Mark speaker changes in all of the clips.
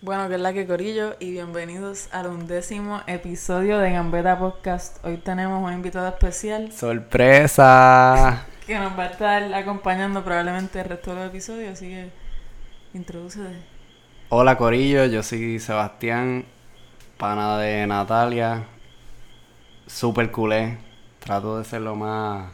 Speaker 1: Bueno, que es la que corillo y bienvenidos al undécimo episodio de Gambeta Podcast. Hoy tenemos una invitada especial
Speaker 2: ¡Sorpresa!
Speaker 1: que nos va a estar acompañando probablemente el resto del episodio, así que introdúcete.
Speaker 2: Hola Corillo, yo soy Sebastián, pana de Natalia, super culé, trato de ser lo más...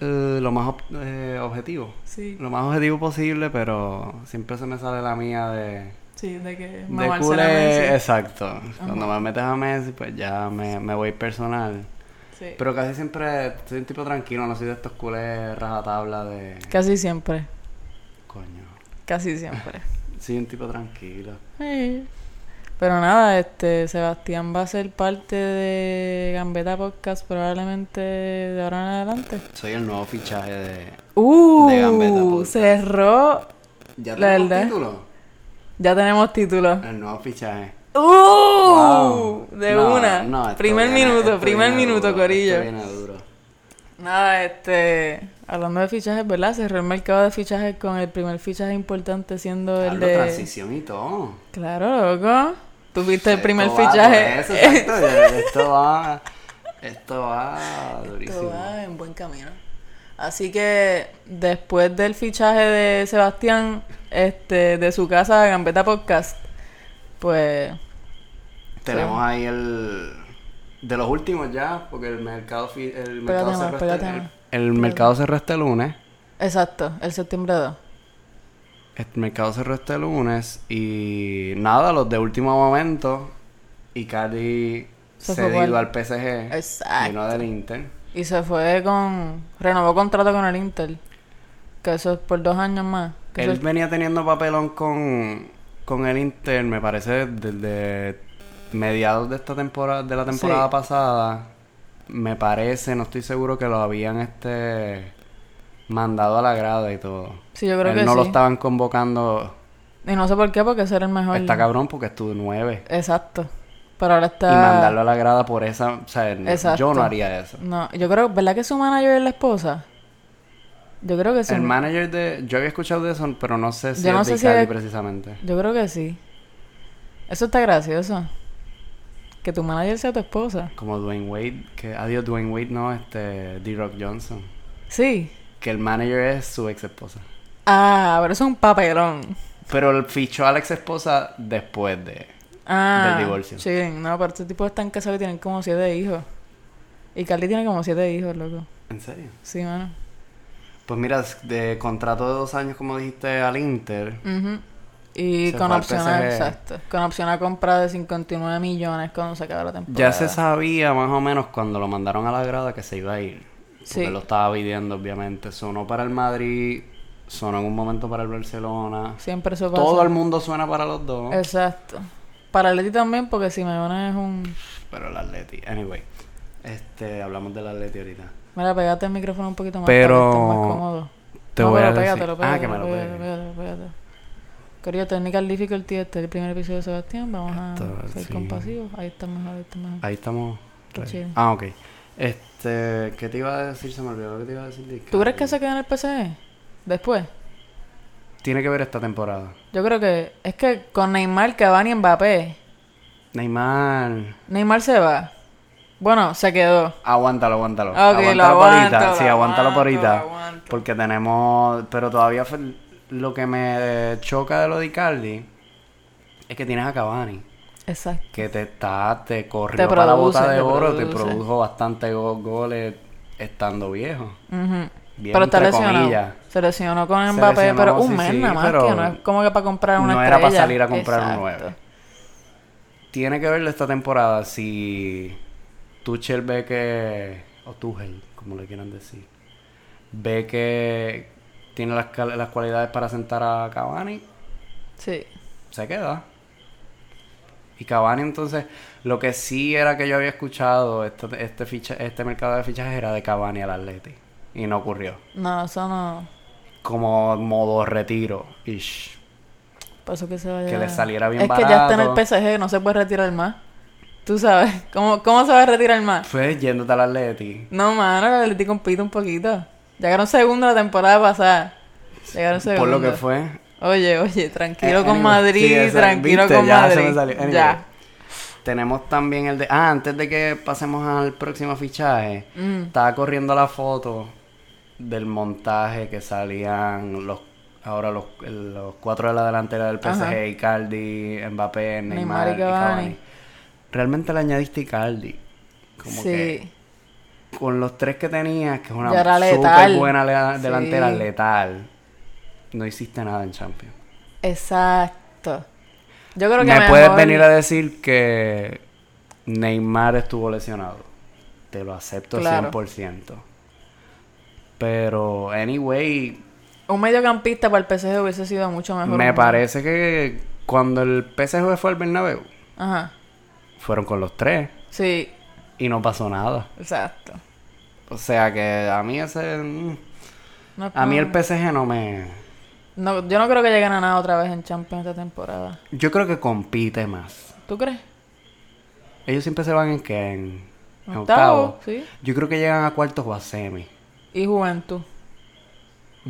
Speaker 2: eh, lo más ob- eh, objetivo,
Speaker 1: Sí,
Speaker 2: lo más objetivo posible, pero siempre se me sale la mía de...
Speaker 1: sí, de que
Speaker 2: de
Speaker 1: mamarse la
Speaker 2: culé,
Speaker 1: mención.
Speaker 2: exacto. Cuando me metes a Messi, pues ya me, me voy personal.
Speaker 1: Sí.
Speaker 2: Pero casi siempre soy un tipo tranquilo, no soy de estos culés rajatabla de...
Speaker 1: Casi siempre,
Speaker 2: Coño.
Speaker 1: casi siempre.
Speaker 2: Soy un tipo tranquilo.
Speaker 1: Sí. Pero nada, este Sebastián va a ser parte de Gambeta Podcast probablemente de ahora en adelante.
Speaker 2: Soy el nuevo fichaje de.
Speaker 1: Uh,
Speaker 2: De Gambetta Podcast.
Speaker 1: cerró.
Speaker 2: ¿Ya
Speaker 1: La
Speaker 2: tenemos
Speaker 1: verdad.
Speaker 2: título?
Speaker 1: Ya tenemos título.
Speaker 2: El nuevo fichaje.
Speaker 1: Uh,
Speaker 2: Wow.
Speaker 1: de
Speaker 2: No,
Speaker 1: una.
Speaker 2: no, esto
Speaker 1: primer
Speaker 2: viene-
Speaker 1: minuto,
Speaker 2: esto
Speaker 1: primer
Speaker 2: viene
Speaker 1: minuto,
Speaker 2: duro,
Speaker 1: Corillo.
Speaker 2: esto viene duro.
Speaker 1: Nada, este, hablando de fichajes, ¿verdad? Cerró el mercado de fichajes con el primer fichaje importante siendo el
Speaker 2: Hablo
Speaker 1: de
Speaker 2: transición y todo.
Speaker 1: Claro, loco. Tuviste Este el primer
Speaker 2: Esto va
Speaker 1: fichaje.
Speaker 2: por eso, exacto. esto va. Esto va durísimo.
Speaker 1: Todo va en buen camino. Así que después del fichaje de Sebastián, este, de su casa a Gambetta Podcast, pues
Speaker 2: Tenemos ahí el. De los últimos ya, porque el mercado. fi- El mercado
Speaker 1: Espérate más,
Speaker 2: cerró este-
Speaker 1: espérate
Speaker 2: el-
Speaker 1: más.
Speaker 2: el mercado cerró este lunes.
Speaker 1: exacto, el septiembre 2.
Speaker 2: El mercado cerró este lunes y nada, los de último momento. Icardi
Speaker 1: Se
Speaker 2: se
Speaker 1: fue
Speaker 2: cedido
Speaker 1: para
Speaker 2: al PSG.
Speaker 1: Exacto.
Speaker 2: Vino del Inter.
Speaker 1: Y se fue con renovó contrato con el Inter, que eso es por dos años más. que
Speaker 2: Él
Speaker 1: eso es-
Speaker 2: venía teniendo papelón con, con el Inter, me parece, desde mediados de esta temporada, de la temporada
Speaker 1: Sí.
Speaker 2: pasada. Me parece, no estoy seguro que lo habían este mandado a la grada y todo.
Speaker 1: sí, yo creo
Speaker 2: Él
Speaker 1: que
Speaker 2: no
Speaker 1: sí.
Speaker 2: lo estaban convocando.
Speaker 1: Y no sé por qué, porque ese era el mejor.
Speaker 2: Está cabrón porque estuvo nueve.
Speaker 1: Exacto. Pero ahora
Speaker 2: Y
Speaker 1: está
Speaker 2: mandarlo a la grada por esa. O sea, no-
Speaker 1: Exacto.
Speaker 2: yo no haría eso.
Speaker 1: No, yo creo, ¿verdad que su manager es la esposa? Yo creo que su
Speaker 2: El manager de. Yo había escuchado de eso, pero no sé si
Speaker 1: Yo no
Speaker 2: es
Speaker 1: sé
Speaker 2: de
Speaker 1: si
Speaker 2: Icardi
Speaker 1: es-
Speaker 2: precisamente.
Speaker 1: Yo creo que sí. Eso está gracioso. Que tu manager sea tu esposa.
Speaker 2: Como Dwayne Wade, que adiós Dwayne Wade, no, este D-Rock Johnson.
Speaker 1: Sí.
Speaker 2: Que el manager es su ex esposa.
Speaker 1: Ah, pero eso es un papelón.
Speaker 2: Pero él fichó a la ex esposa después de.
Speaker 1: Ah.
Speaker 2: Del divorcio.
Speaker 1: Sí, no, pero estos tipos están casados y tienen como siete hijos. Y Carly tiene como siete hijos, loco.
Speaker 2: ¿En serio?
Speaker 1: Sí, mano.
Speaker 2: Pues mira, de contrato de dos años, como dijiste, al Inter.
Speaker 1: Ujú. Y
Speaker 2: Se
Speaker 1: con
Speaker 2: fue al
Speaker 1: opción a,
Speaker 2: PSG.
Speaker 1: exacto. Con opción a compra de 59 millones cuando se acabe la temporada.
Speaker 2: Ya se sabía más o menos cuando lo mandaron a la grada que se iba a ir. Porque
Speaker 1: Sí.
Speaker 2: lo estaba pidiendo, obviamente. Sonó para el Madrid, sonó en un momento para el Barcelona.
Speaker 1: Siempre eso pasa.
Speaker 2: Todo el mundo suena para los dos.
Speaker 1: Exacto. Para Leti también, porque si me van es un.
Speaker 2: Pero el Atleti, anyway. Este, hablamos del Atleti ahorita.
Speaker 1: Mira, pegate el micrófono un poquito más
Speaker 2: Pero-
Speaker 1: para que estés más cómodo.
Speaker 2: Te
Speaker 1: No,
Speaker 2: voy
Speaker 1: pero
Speaker 2: a decir-
Speaker 1: pégatelo,
Speaker 2: Ah,
Speaker 1: pégatelo,
Speaker 2: que me lo
Speaker 1: pégatelo,
Speaker 2: pegue.
Speaker 1: pégatelo, pégatelo. Querido, Technical Difficulty, este es el primer episodio de Sebastián. Vamos a
Speaker 2: Esto,
Speaker 1: ser
Speaker 2: sí.
Speaker 1: compasivos. Ahí está mejor, ahí está mejor.
Speaker 2: Ahí estamos.
Speaker 1: Qué
Speaker 2: ready.
Speaker 1: chido.
Speaker 2: Ah, ok. Este, ¿qué te iba a decir? Se me olvidó lo que te iba a decir. de
Speaker 1: ¿Tú crees que
Speaker 2: Icardi.
Speaker 1: se queda en el PCE? Después.
Speaker 2: Tiene que ver esta temporada.
Speaker 1: Yo creo que. Es que con Neymar, Cavani y Mbappé.
Speaker 2: Neymar.
Speaker 1: Neymar se va. Bueno, se quedó.
Speaker 2: Aguántalo, aguántalo.
Speaker 1: Ok, lo
Speaker 2: por
Speaker 1: aguanto,
Speaker 2: ahorita.
Speaker 1: lo
Speaker 2: Sí, aguántalo por
Speaker 1: aguanto, lo
Speaker 2: ahorita.
Speaker 1: aguanto.
Speaker 2: Porque tenemos. Pero todavía fue- lo que me choca de lo de Icardi es que tienes a Cavani.
Speaker 1: Exacto.
Speaker 2: que te está, te corrió
Speaker 1: Te
Speaker 2: para la
Speaker 1: produce,
Speaker 2: bota de
Speaker 1: te
Speaker 2: oro, te
Speaker 1: produce.
Speaker 2: produjo bastante go- goles estando viejo.
Speaker 1: Ujú.
Speaker 2: Bien,
Speaker 1: pero está
Speaker 2: entre
Speaker 1: lesionado.
Speaker 2: comillas.
Speaker 1: Se lesionó con
Speaker 2: Se
Speaker 1: Mbappé,
Speaker 2: lesionó,
Speaker 1: pero un
Speaker 2: sí,
Speaker 1: mes
Speaker 2: sí,
Speaker 1: nada más.
Speaker 2: pero
Speaker 1: que no es como que para comprar una
Speaker 2: no era para
Speaker 1: estrella.
Speaker 2: salir a comprar un
Speaker 1: Exacto.
Speaker 2: nueve. Tiene que verle esta temporada si Tuchel ve que, o Tuchel, como le quieran decir, ve que tiene las, cal- las cualidades para sentar a Cavani,
Speaker 1: Sí.
Speaker 2: se queda. Y Cavani entonces, lo que sí era que yo había escuchado, este, este, ficha- este mercado de fichajes era de Cavani al Atleti. Y no ocurrió.
Speaker 1: No, eso no.
Speaker 2: como modo retiro. ish.
Speaker 1: Por eso que se vaya.
Speaker 2: Que le saliera bien
Speaker 1: Es que ya está en
Speaker 2: barato.
Speaker 1: el PSG, no se puede retirar más. Tú sabes, ¿cómo, cómo se va a retirar más?
Speaker 2: Fue yéndote al Atleti.
Speaker 1: No, mano, el Atleti compite un poquito. Llegaron segundo la temporada pasada. Llegaron segundo.
Speaker 2: Por lo que fue.
Speaker 1: Oye, oye, tranquilo
Speaker 2: Eh,
Speaker 1: con
Speaker 2: anyway,
Speaker 1: Madrid,
Speaker 2: sí, esa-
Speaker 1: tranquilo
Speaker 2: viste,
Speaker 1: con
Speaker 2: ya se
Speaker 1: Madrid.
Speaker 2: me salió. Anyway.
Speaker 1: Ya.
Speaker 2: Tenemos también el de. Ah, antes de que pasemos al próximo fichaje,
Speaker 1: Mm.
Speaker 2: estaba corriendo la foto del montaje que salían los ahora los, los cuatro de la delantera del PSG,
Speaker 1: Ajá.
Speaker 2: Icardi, Mbappé, Neymar,
Speaker 1: Neymar y
Speaker 2: y Cavani.
Speaker 1: Cavani.
Speaker 2: Realmente le añadiste Icardi. Como que
Speaker 1: Sí.
Speaker 2: con los tres que tenías, que es una
Speaker 1: Ya era
Speaker 2: súper
Speaker 1: letal.
Speaker 2: buena lea-
Speaker 1: Sí.
Speaker 2: delantera letal, no hiciste nada en Champions.
Speaker 1: Exacto. Yo creo que
Speaker 2: Me
Speaker 1: mejor-
Speaker 2: puedes venir a decir que Neymar estuvo lesionado. Te lo acepto
Speaker 1: Claro.
Speaker 2: 100%. Pero, anyway,
Speaker 1: un mediocampista para el PSG hubiese sido mucho mejor.
Speaker 2: me parece que cuando el PSG fue al Bernabéu,
Speaker 1: Ajá.
Speaker 2: fueron con los tres
Speaker 1: Sí,
Speaker 2: y no pasó nada.
Speaker 1: exacto.
Speaker 2: O sea que a mí ese... mm,
Speaker 1: No es
Speaker 2: A mí
Speaker 1: como-
Speaker 2: el PSG no me...
Speaker 1: No, yo no creo que lleguen a nada otra vez en Champions esta temporada.
Speaker 2: Yo creo que compite más.
Speaker 1: ¿Tú crees?
Speaker 2: Ellos siempre se van en que... En, en
Speaker 1: Octavo,
Speaker 2: octavo.
Speaker 1: sí.
Speaker 2: Yo creo que llegan a cuartos o a semis.
Speaker 1: Y Juventud.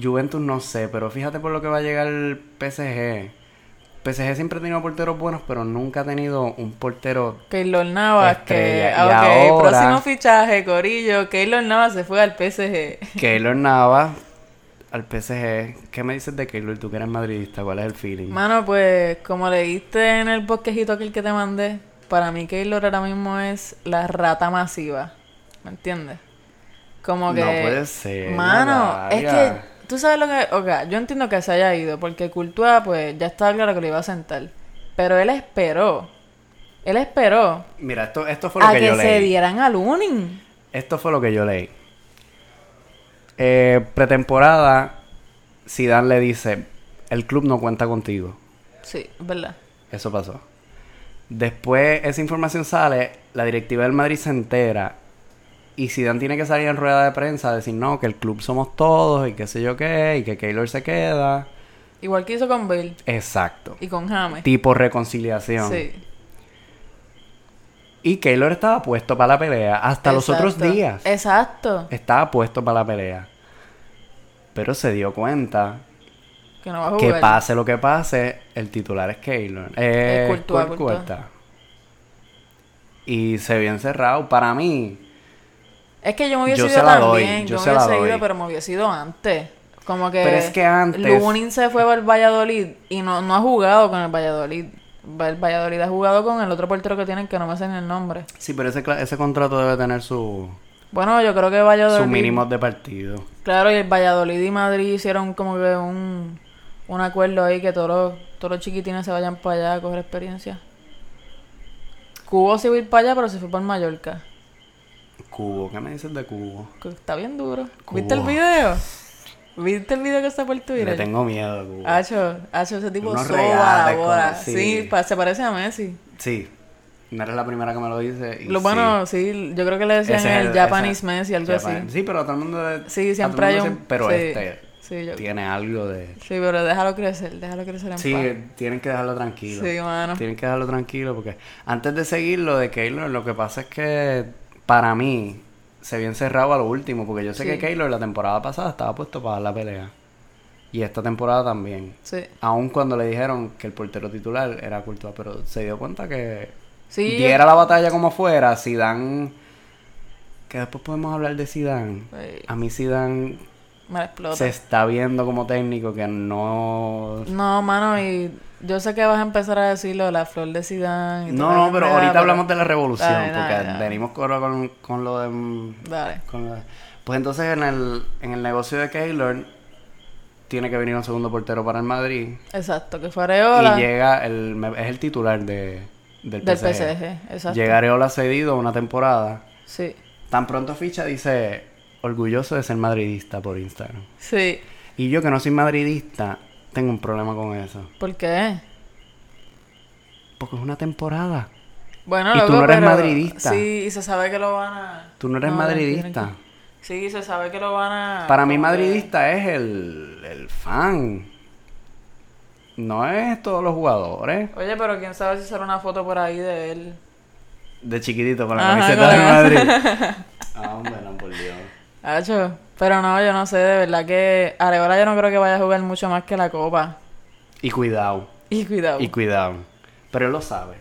Speaker 2: Juventus no sé, pero fíjate por lo que va a llegar el PSG. PSG siempre ha tenido porteros buenos, pero nunca ha tenido un portero.
Speaker 1: Keylor Navas, que...
Speaker 2: Estrella.
Speaker 1: ah,
Speaker 2: Y
Speaker 1: ok,
Speaker 2: ahora-
Speaker 1: próximo fichaje, Corillo. Keylor Navas se fue al PSG.
Speaker 2: Keylor Nava al PSG. ¿Qué me dices de Keylor? Tú que eres madridista, ¿cuál es el feeling?
Speaker 1: Mano, pues como leíste en el bosquejito aquel que te mandé, para mí Keylor ahora mismo es la rata masiva. ¿Me entiendes? Como que...
Speaker 2: No puede ser,
Speaker 1: Mano, es que
Speaker 2: Natalia.
Speaker 1: tú sabes lo que... Ok, yo entiendo que se haya ido, porque Courtois, pues ya estaba claro que lo iba a sentar. Pero él esperó. Él esperó
Speaker 2: Mira, esto, esto fue lo
Speaker 1: a
Speaker 2: que,
Speaker 1: que,
Speaker 2: yo
Speaker 1: se
Speaker 2: leí.
Speaker 1: dieran al Unin.
Speaker 2: Esto fue lo que yo leí. Eh, pretemporada, Zidane le dice, el club no cuenta contigo.
Speaker 1: Sí, es verdad.
Speaker 2: Eso pasó. Después esa información sale, la directiva del Madrid se entera y Zidane tiene que salir en rueda de prensa a decir no, que el club somos todos y qué sé yo qué y que Keylor se queda.
Speaker 1: Igual que hizo con Bale
Speaker 2: Exacto.
Speaker 1: y con James.
Speaker 2: Tipo reconciliación.
Speaker 1: Sí.
Speaker 2: Y Keylor estaba puesto para la pelea hasta los otros
Speaker 1: Exacto. Eh.
Speaker 2: días.
Speaker 1: Exacto.
Speaker 2: Estaba puesto para la pelea. Pero se dio cuenta
Speaker 1: Que no va a
Speaker 2: que
Speaker 1: jugar.
Speaker 2: pase lo que pase, el titular es Keylor. Eh,
Speaker 1: Es Courtois,
Speaker 2: Cour-
Speaker 1: Courtois.
Speaker 2: Cuesta. Y se vio encerrado. Para mí,
Speaker 1: Es que yo me hubiese
Speaker 2: Yo se
Speaker 1: ido
Speaker 2: la doy,
Speaker 1: también.
Speaker 2: yo
Speaker 1: Yo,
Speaker 2: se
Speaker 1: me hubiese
Speaker 2: la doy.
Speaker 1: ido, pero me hubiese ido antes. Como que.
Speaker 2: Pero es que antes-
Speaker 1: Lunin se fue para el Valladolid y no, no ha jugado con el Valladolid. Va- El Valladolid ha jugado con el otro portero que tienen que no me hacen el nombre.
Speaker 2: sí, pero ese, cla- ese contrato debe tener su,
Speaker 1: Bueno, yo creo que
Speaker 2: su
Speaker 1: Valladolid.
Speaker 2: mínimo de partido.
Speaker 1: Claro, y el Valladolid y Madrid hicieron como que un, un acuerdo ahí que todos los, todos los chiquitines se vayan para allá a coger experiencia. Cubo se iba a ir para allá, pero se fue para Mallorca.
Speaker 2: Cubo, ¿qué me dices de Cubo?
Speaker 1: Que Está bien duro. ¿Viste el
Speaker 2: Cubo.
Speaker 1: video? ¿Viste el video que está por
Speaker 2: Le
Speaker 1: Twitter?
Speaker 2: tengo miedo a Cubo.
Speaker 1: Hacho, hacho, ese tipo
Speaker 2: Unos
Speaker 1: soba
Speaker 2: regates
Speaker 1: la
Speaker 2: con-
Speaker 1: bola.
Speaker 2: sí.
Speaker 1: Sí, pa- se parece a Messi.
Speaker 2: Sí, no eres la primera que me lo dice. y
Speaker 1: Lo bueno, sí. yo creo que le
Speaker 2: sí.
Speaker 1: decían
Speaker 2: Ese es
Speaker 1: el, Japanese
Speaker 2: ese-
Speaker 1: Messi, algo
Speaker 2: Japan-
Speaker 1: así.
Speaker 2: Sí, pero a todo el mundo le- a todo
Speaker 1: Sí,
Speaker 2: el
Speaker 1: siempre hay
Speaker 2: mundo
Speaker 1: un...
Speaker 2: se- Pero
Speaker 1: sí,
Speaker 2: este
Speaker 1: Sí, yo-
Speaker 2: tiene algo de...
Speaker 1: sí, pero déjalo crecer, déjalo crecer en
Speaker 2: Sí,
Speaker 1: paz.
Speaker 2: tienen que dejarlo tranquilo.
Speaker 1: Sí, mano.
Speaker 2: Tienen que dejarlo tranquilo porque antes de seguir lo de Keylor, lo que pasa es que para mí se vio encerrado a lo último porque yo sé
Speaker 1: Sí.
Speaker 2: que Keylor la temporada pasada estaba puesto para la pelea y esta temporada también.
Speaker 1: Sí.
Speaker 2: Aun cuando le dijeron que el portero titular era Courtois, pero se dio cuenta que
Speaker 1: Sí,
Speaker 2: diera la batalla como fuera, Zidane que después podemos hablar de Zidane.
Speaker 1: Sí.
Speaker 2: A mí Zidane
Speaker 1: me la explota.
Speaker 2: se está viendo como técnico que no
Speaker 1: No, mano, y yo sé que vas a empezar a decirlo, la flor de Zidane. y
Speaker 2: No,
Speaker 1: toda la
Speaker 2: no, pero
Speaker 1: pendeja,
Speaker 2: ahorita hablamos de la revolución,
Speaker 1: Dale,
Speaker 2: porque
Speaker 1: dale, dale.
Speaker 2: venimos con, con, con lo de...
Speaker 1: Dale.
Speaker 2: con lo de- Pues entonces en el, en el negocio de Keylor tiene que venir un segundo portero para el Madrid
Speaker 1: Exacto, que fue Areola
Speaker 2: y llega el... me- es el titular de, del,
Speaker 1: del
Speaker 2: PSG.
Speaker 1: PSG. Exacto.
Speaker 2: Llega Areola cedido una temporada.
Speaker 1: Sí,
Speaker 2: Tan pronto ficha dice, orgulloso de ser madridista por Instagram.
Speaker 1: sí.
Speaker 2: Y yo que no soy madridista, tengo un problema con eso.
Speaker 1: ¿Por qué?
Speaker 2: Porque es una temporada.
Speaker 1: Bueno,
Speaker 2: Y
Speaker 1: loco,
Speaker 2: tú no eres
Speaker 1: pero-
Speaker 2: madridista.
Speaker 1: Sí, y se sabe que lo van a...
Speaker 2: Tú no eres madridista.
Speaker 1: tranquilo, tranquilo. Sí, se sabe que lo van a...
Speaker 2: Para mí
Speaker 1: como que-
Speaker 2: madridista es el, el fan. No es todos los jugadores.
Speaker 1: Oye, pero quién sabe si sale una foto por ahí de él.
Speaker 2: De chiquitito con la
Speaker 1: Ajá,
Speaker 2: camiseta
Speaker 1: con la
Speaker 2: de Madrid. ah, hombre, no, por Dios.
Speaker 1: Hacho, pero no, yo no sé, de verdad que Areola yo no creo que vaya a jugar mucho más que la Copa.
Speaker 2: Y cuidado.
Speaker 1: Y cuidado.
Speaker 2: Y cuidado. Pero él lo sabe.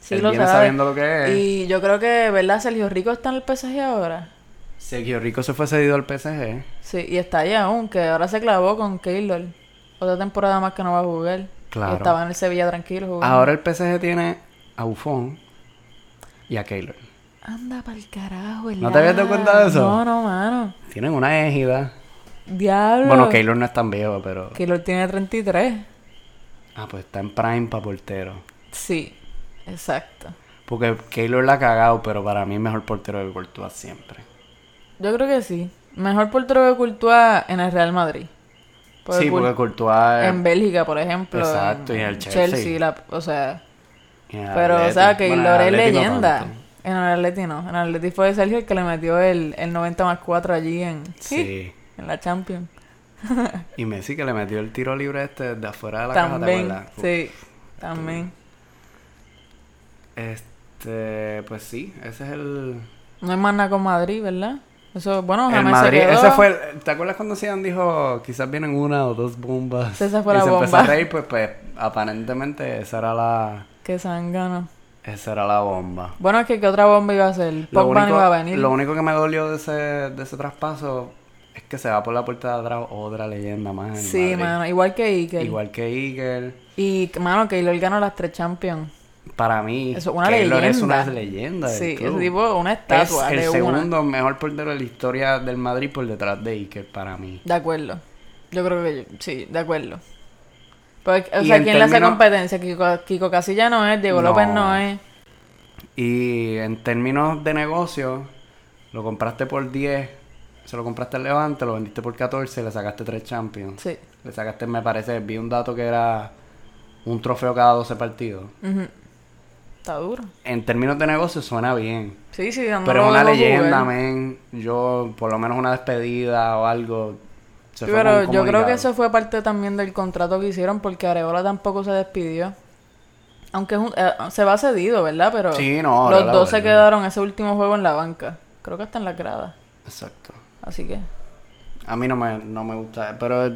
Speaker 1: Sí,
Speaker 2: él
Speaker 1: lo
Speaker 2: viene
Speaker 1: sabe.
Speaker 2: sabiendo lo que es.
Speaker 1: Y yo creo que, ¿verdad? Sergio Rico está en el PSG ahora.
Speaker 2: Sergio Rico se fue cedido al PSG.
Speaker 1: Sí, y está allá aún, que ahora se clavó con Keylor. Otra temporada más que no va a jugar.
Speaker 2: Claro.
Speaker 1: Y estaba en el Sevilla tranquilo jugando.
Speaker 2: Ahora el PSG tiene a Buffon y a Keylor.
Speaker 1: Anda pa'l carajo, el
Speaker 2: ¿No te habías dado cuenta de eso?
Speaker 1: No, no, mano.
Speaker 2: Tienen una égida.
Speaker 1: Diablo.
Speaker 2: Bueno, Keylor no es tan viejo, pero...
Speaker 1: Keylor tiene 33.
Speaker 2: Ah, pues está en prime para portero.
Speaker 1: Sí, exacto.
Speaker 2: Porque Keylor la ha cagado, pero para mí es mejor portero que Courtois siempre.
Speaker 1: Yo creo que sí. Mejor portero que Courtois en el Real Madrid. Porque
Speaker 2: sí,
Speaker 1: Cour-
Speaker 2: porque Courtois...
Speaker 1: En Bélgica, por ejemplo.
Speaker 2: Exacto, y en el Chelsea.
Speaker 1: la- o sea...
Speaker 2: y en el
Speaker 1: Pero, o
Speaker 2: Atleti.
Speaker 1: sea, que
Speaker 2: Bueno, en
Speaker 1: Keylor
Speaker 2: el
Speaker 1: es
Speaker 2: Atleti no
Speaker 1: leyenda.
Speaker 2: tanto.
Speaker 1: En el Atleti no. En el Atleti fue Sergio el que le metió el, el 90 más 4 allí en,
Speaker 2: Sí.
Speaker 1: en la Champions.
Speaker 2: Y Messi que le metió el tiro libre este de afuera de la
Speaker 1: también.
Speaker 2: caja, ¿te acuerdas?
Speaker 1: sí, también.
Speaker 2: Este, pues sí, ese es el...
Speaker 1: No hay más nada con Madrid, ¿verdad? Eso, bueno,
Speaker 2: el
Speaker 1: James
Speaker 2: Madrid,
Speaker 1: se quedó.
Speaker 2: ese fue el- ¿Te acuerdas cuando Zidane dijo quizás vienen una o dos bombas?
Speaker 1: Esa fue
Speaker 2: y
Speaker 1: la
Speaker 2: se empezó
Speaker 1: bomba.
Speaker 2: a reír, pues, pues aparentemente esa era la,
Speaker 1: Que Sangano.
Speaker 2: esa era la bomba.
Speaker 1: Bueno, es que ¿qué otra bomba iba a ser?
Speaker 2: Lo
Speaker 1: Pogba no
Speaker 2: único,
Speaker 1: iba a venir.
Speaker 2: lo único que me dolió de ese, de ese traspaso es que se va por la puerta de atrás otra leyenda más. en
Speaker 1: sí,
Speaker 2: Madrid.
Speaker 1: mano. Igual que Iker.
Speaker 2: Igual que Iker.
Speaker 1: Y, mano, Keylor ganó las tres Champions.
Speaker 2: Para mí,
Speaker 1: Eso, una
Speaker 2: Keylor es una
Speaker 1: leyenda.
Speaker 2: leyenda. del
Speaker 1: Sí,
Speaker 2: club.
Speaker 1: ese tipo una estatua
Speaker 2: es el
Speaker 1: de una.
Speaker 2: segundo mejor portero de la historia del Madrid por detrás de Iker para mí.
Speaker 1: De acuerdo. Yo creo que yo- sí, de acuerdo. Porque, o
Speaker 2: Y
Speaker 1: sea,
Speaker 2: en
Speaker 1: ¿quién le hace
Speaker 2: términos-
Speaker 1: competencia? Kiko, Kiko Casilla no es, Diego
Speaker 2: No.
Speaker 1: López no es.
Speaker 2: Y en términos de negocio, lo compraste por 10, se lo compraste al Levante, lo vendiste por 14, le sacaste 3 Champions.
Speaker 1: Sí.
Speaker 2: Le sacaste, me parece, vi un dato que era un trofeo cada 12 partidos.
Speaker 1: Ujú. Está duro.
Speaker 2: En términos de negocio suena bien.
Speaker 1: Sí, sí, no
Speaker 2: Pero
Speaker 1: lo
Speaker 2: es una
Speaker 1: veo
Speaker 2: leyenda,
Speaker 1: jugar.
Speaker 2: men. Yo, por lo menos una despedida o algo. se
Speaker 1: Sí,
Speaker 2: fue
Speaker 1: pero
Speaker 2: con un
Speaker 1: yo creo que
Speaker 2: comunicado.
Speaker 1: eso fue parte también del contrato que hicieron porque Areola tampoco se despidió. Aunque es un- eh, se va cedido, ¿verdad? Pero
Speaker 2: Sí, no,
Speaker 1: los
Speaker 2: Areola
Speaker 1: dos se
Speaker 2: volvió.
Speaker 1: quedaron ese último juego en la banca. Creo que hasta en la grada.
Speaker 2: Exacto.
Speaker 1: Así que...
Speaker 2: A mí no me, no me gusta, pero es,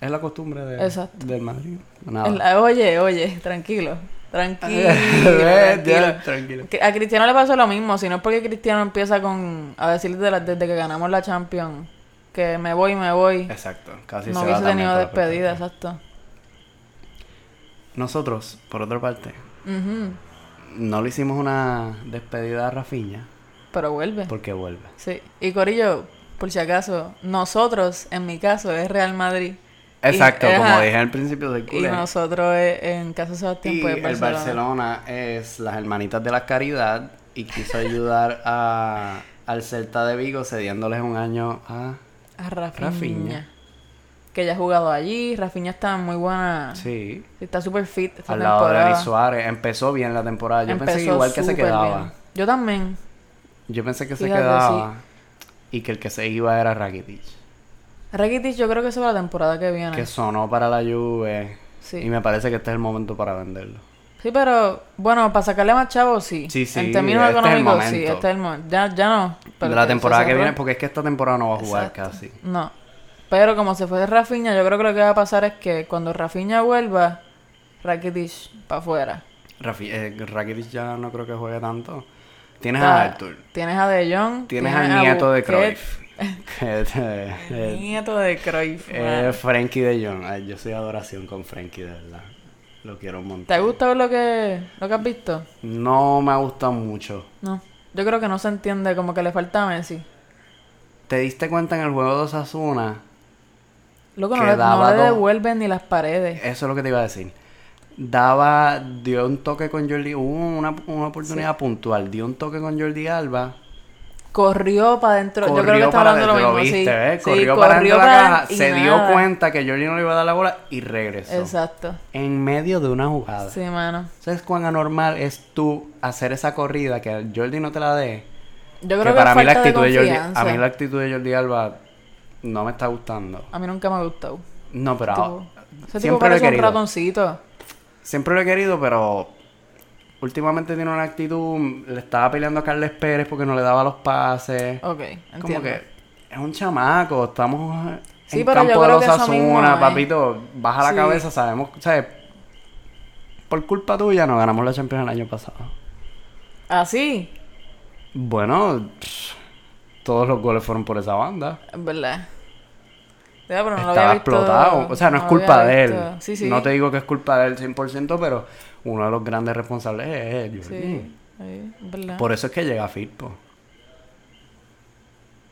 Speaker 2: es la costumbre de,
Speaker 1: Exacto.
Speaker 2: del Madrid. Nada.
Speaker 1: Es la- oye, oye, tranquilo. Tranquilo.
Speaker 2: Ve,
Speaker 1: tranquilo.
Speaker 2: ya, tranquilo.
Speaker 1: Que A Cristiano le pasó lo mismo, si no es porque Cristiano empieza con a decir de la- desde que ganamos la Champions que me voy, me voy.
Speaker 2: Exacto, casi
Speaker 1: no
Speaker 2: se
Speaker 1: hubiese
Speaker 2: va también
Speaker 1: tenido
Speaker 2: por la
Speaker 1: despedida,
Speaker 2: puerta.
Speaker 1: exacto.
Speaker 2: Nosotros, por otra parte,
Speaker 1: Ujú,
Speaker 2: no le hicimos una despedida a Rafiña
Speaker 1: Pero vuelve.
Speaker 2: porque vuelve.
Speaker 1: Sí. Y Corillo, por si acaso, nosotros, en mi caso, es Real Madrid. Y-
Speaker 2: Exacto, como
Speaker 1: ajá,
Speaker 2: dije al principio del
Speaker 1: Y
Speaker 2: culé.
Speaker 1: nosotros, es- en caso de Sebastián,
Speaker 2: Y
Speaker 1: pues
Speaker 2: el Barcelona es las hermanitas de la caridad y quiso ayudar a, al Celta de Vigo cediéndoles un año a...
Speaker 1: A Rafinha.
Speaker 2: Rafinha.
Speaker 1: Que ya ha jugado allí. Rafinha está muy buena.
Speaker 2: Sí.
Speaker 1: Está súper fit esta
Speaker 2: Al lado de Denis
Speaker 1: temporada.
Speaker 2: Suárez. Empezó bien la temporada. Yo pensé que
Speaker 1: Empezó
Speaker 2: igual que se
Speaker 1: súper
Speaker 2: quedaba.
Speaker 1: bien. Yo también.
Speaker 2: Yo pensé que se
Speaker 1: Fíjate,
Speaker 2: quedaba y que el que se iba era Rakitic.
Speaker 1: Rakitic yo creo que se va la temporada que viene.
Speaker 2: Que sonó para la Juve.
Speaker 1: Sí.
Speaker 2: Y me parece que este es el momento para venderlo.
Speaker 1: Sí, pero bueno, para sacarle más chavos sí.
Speaker 2: Sí, sí,
Speaker 1: En términos
Speaker 2: este es el
Speaker 1: económicos sí,
Speaker 2: momento.
Speaker 1: este es el momento. Ya, ya no. pero
Speaker 2: de la
Speaker 1: se
Speaker 2: temporada que
Speaker 1: cerró.
Speaker 2: viene, porque es que esta temporada no va a jugar casi.
Speaker 1: No. Pero como se fue de Rafinha, yo creo que lo que va a pasar es que cuando Rafinha vuelva, Rakitic para afuera.
Speaker 2: Rafi- eh, Rakitic ya no creo que juegue tanto. Tienes
Speaker 1: Está-
Speaker 2: a Arthur.
Speaker 1: Tienes a De Jong.
Speaker 2: Tienes al nieto de
Speaker 1: Busquets,
Speaker 2: Cruyff. Que es, eh, eh,
Speaker 1: Nieto de Cruyff.
Speaker 2: eh, Frankie de Jong. Ay, yo soy adoración con Frankie, de verdad. Lo quiero un montón.
Speaker 1: ¿Te ha gustado lo que, lo que has visto?
Speaker 2: No me ha gustado mucho.
Speaker 1: No. Yo creo que no se entiende, como que le falta a Messi.
Speaker 2: ¿Te diste cuenta en el juego de Osasuna?
Speaker 1: Loco, no
Speaker 2: Que
Speaker 1: le, no
Speaker 2: daba
Speaker 1: le
Speaker 2: dos-
Speaker 1: devuelven ni las paredes.
Speaker 2: Eso es lo que te iba a decir. Daba, dio un toque con Jordi, hubo una, una oportunidad puntual, dio un toque con Jordi Alba,
Speaker 1: Corrió para adentro. Yo creo que
Speaker 2: corrió
Speaker 1: está
Speaker 2: para
Speaker 1: hablando lo
Speaker 2: adentro,
Speaker 1: mismo.
Speaker 2: viste,
Speaker 1: sí.
Speaker 2: ¿ves?
Speaker 1: Sí,
Speaker 2: corrió, para adentro de la
Speaker 1: para
Speaker 2: caja,
Speaker 1: adentro y
Speaker 2: se
Speaker 1: nada.
Speaker 2: dio cuenta que Jordi no le iba a dar la bola y regresó.
Speaker 1: Exacto.
Speaker 2: En medio de una jugada.
Speaker 1: Sí, mano.
Speaker 2: ¿Sabes cuán anormal es tú hacer esa corrida que Jordi no te la dé?
Speaker 1: Yo creo
Speaker 2: que
Speaker 1: que,
Speaker 2: para mí
Speaker 1: falta
Speaker 2: la
Speaker 1: de
Speaker 2: actitud de, Jordi, a
Speaker 1: confianza.
Speaker 2: mí la actitud de Jordi Alba no me está gustando.
Speaker 1: A mí nunca me ha gustado.
Speaker 2: No, pero
Speaker 1: Tipo, ese tipo
Speaker 2: Ah, siempre lo he
Speaker 1: parece un
Speaker 2: querido.
Speaker 1: ratoncito.
Speaker 2: Siempre lo he querido, pero últimamente tiene una actitud. Le estaba peleando a Carles Pérez porque no le daba los pases.
Speaker 1: Ok, Oh, entiendo.
Speaker 2: Como que es un chamaco, estamos
Speaker 1: Sí,
Speaker 2: en
Speaker 1: pero yo
Speaker 2: campo de
Speaker 1: creo
Speaker 2: los
Speaker 1: que eso mismo
Speaker 2: Asuna,
Speaker 1: es.
Speaker 2: papito, baja la
Speaker 1: Sí.
Speaker 2: cabeza, sabemos, ¿sabes? Por culpa tuya no ganamos la Champions el año pasado.
Speaker 1: Así,
Speaker 2: Bueno, pff, todos los goles fueron por esa banda.
Speaker 1: es verdad. Ya, pero no lo
Speaker 2: Estaba
Speaker 1: había visto-
Speaker 2: explotado. O sea, no es
Speaker 1: lo
Speaker 2: culpa
Speaker 1: había
Speaker 2: de él.
Speaker 1: visto. Sí, sí.
Speaker 2: No te digo que es culpa de él 100%, pero uno de los grandes responsables es él.
Speaker 1: Sí, sí, es verdad.
Speaker 2: Por eso es que llega Firpo.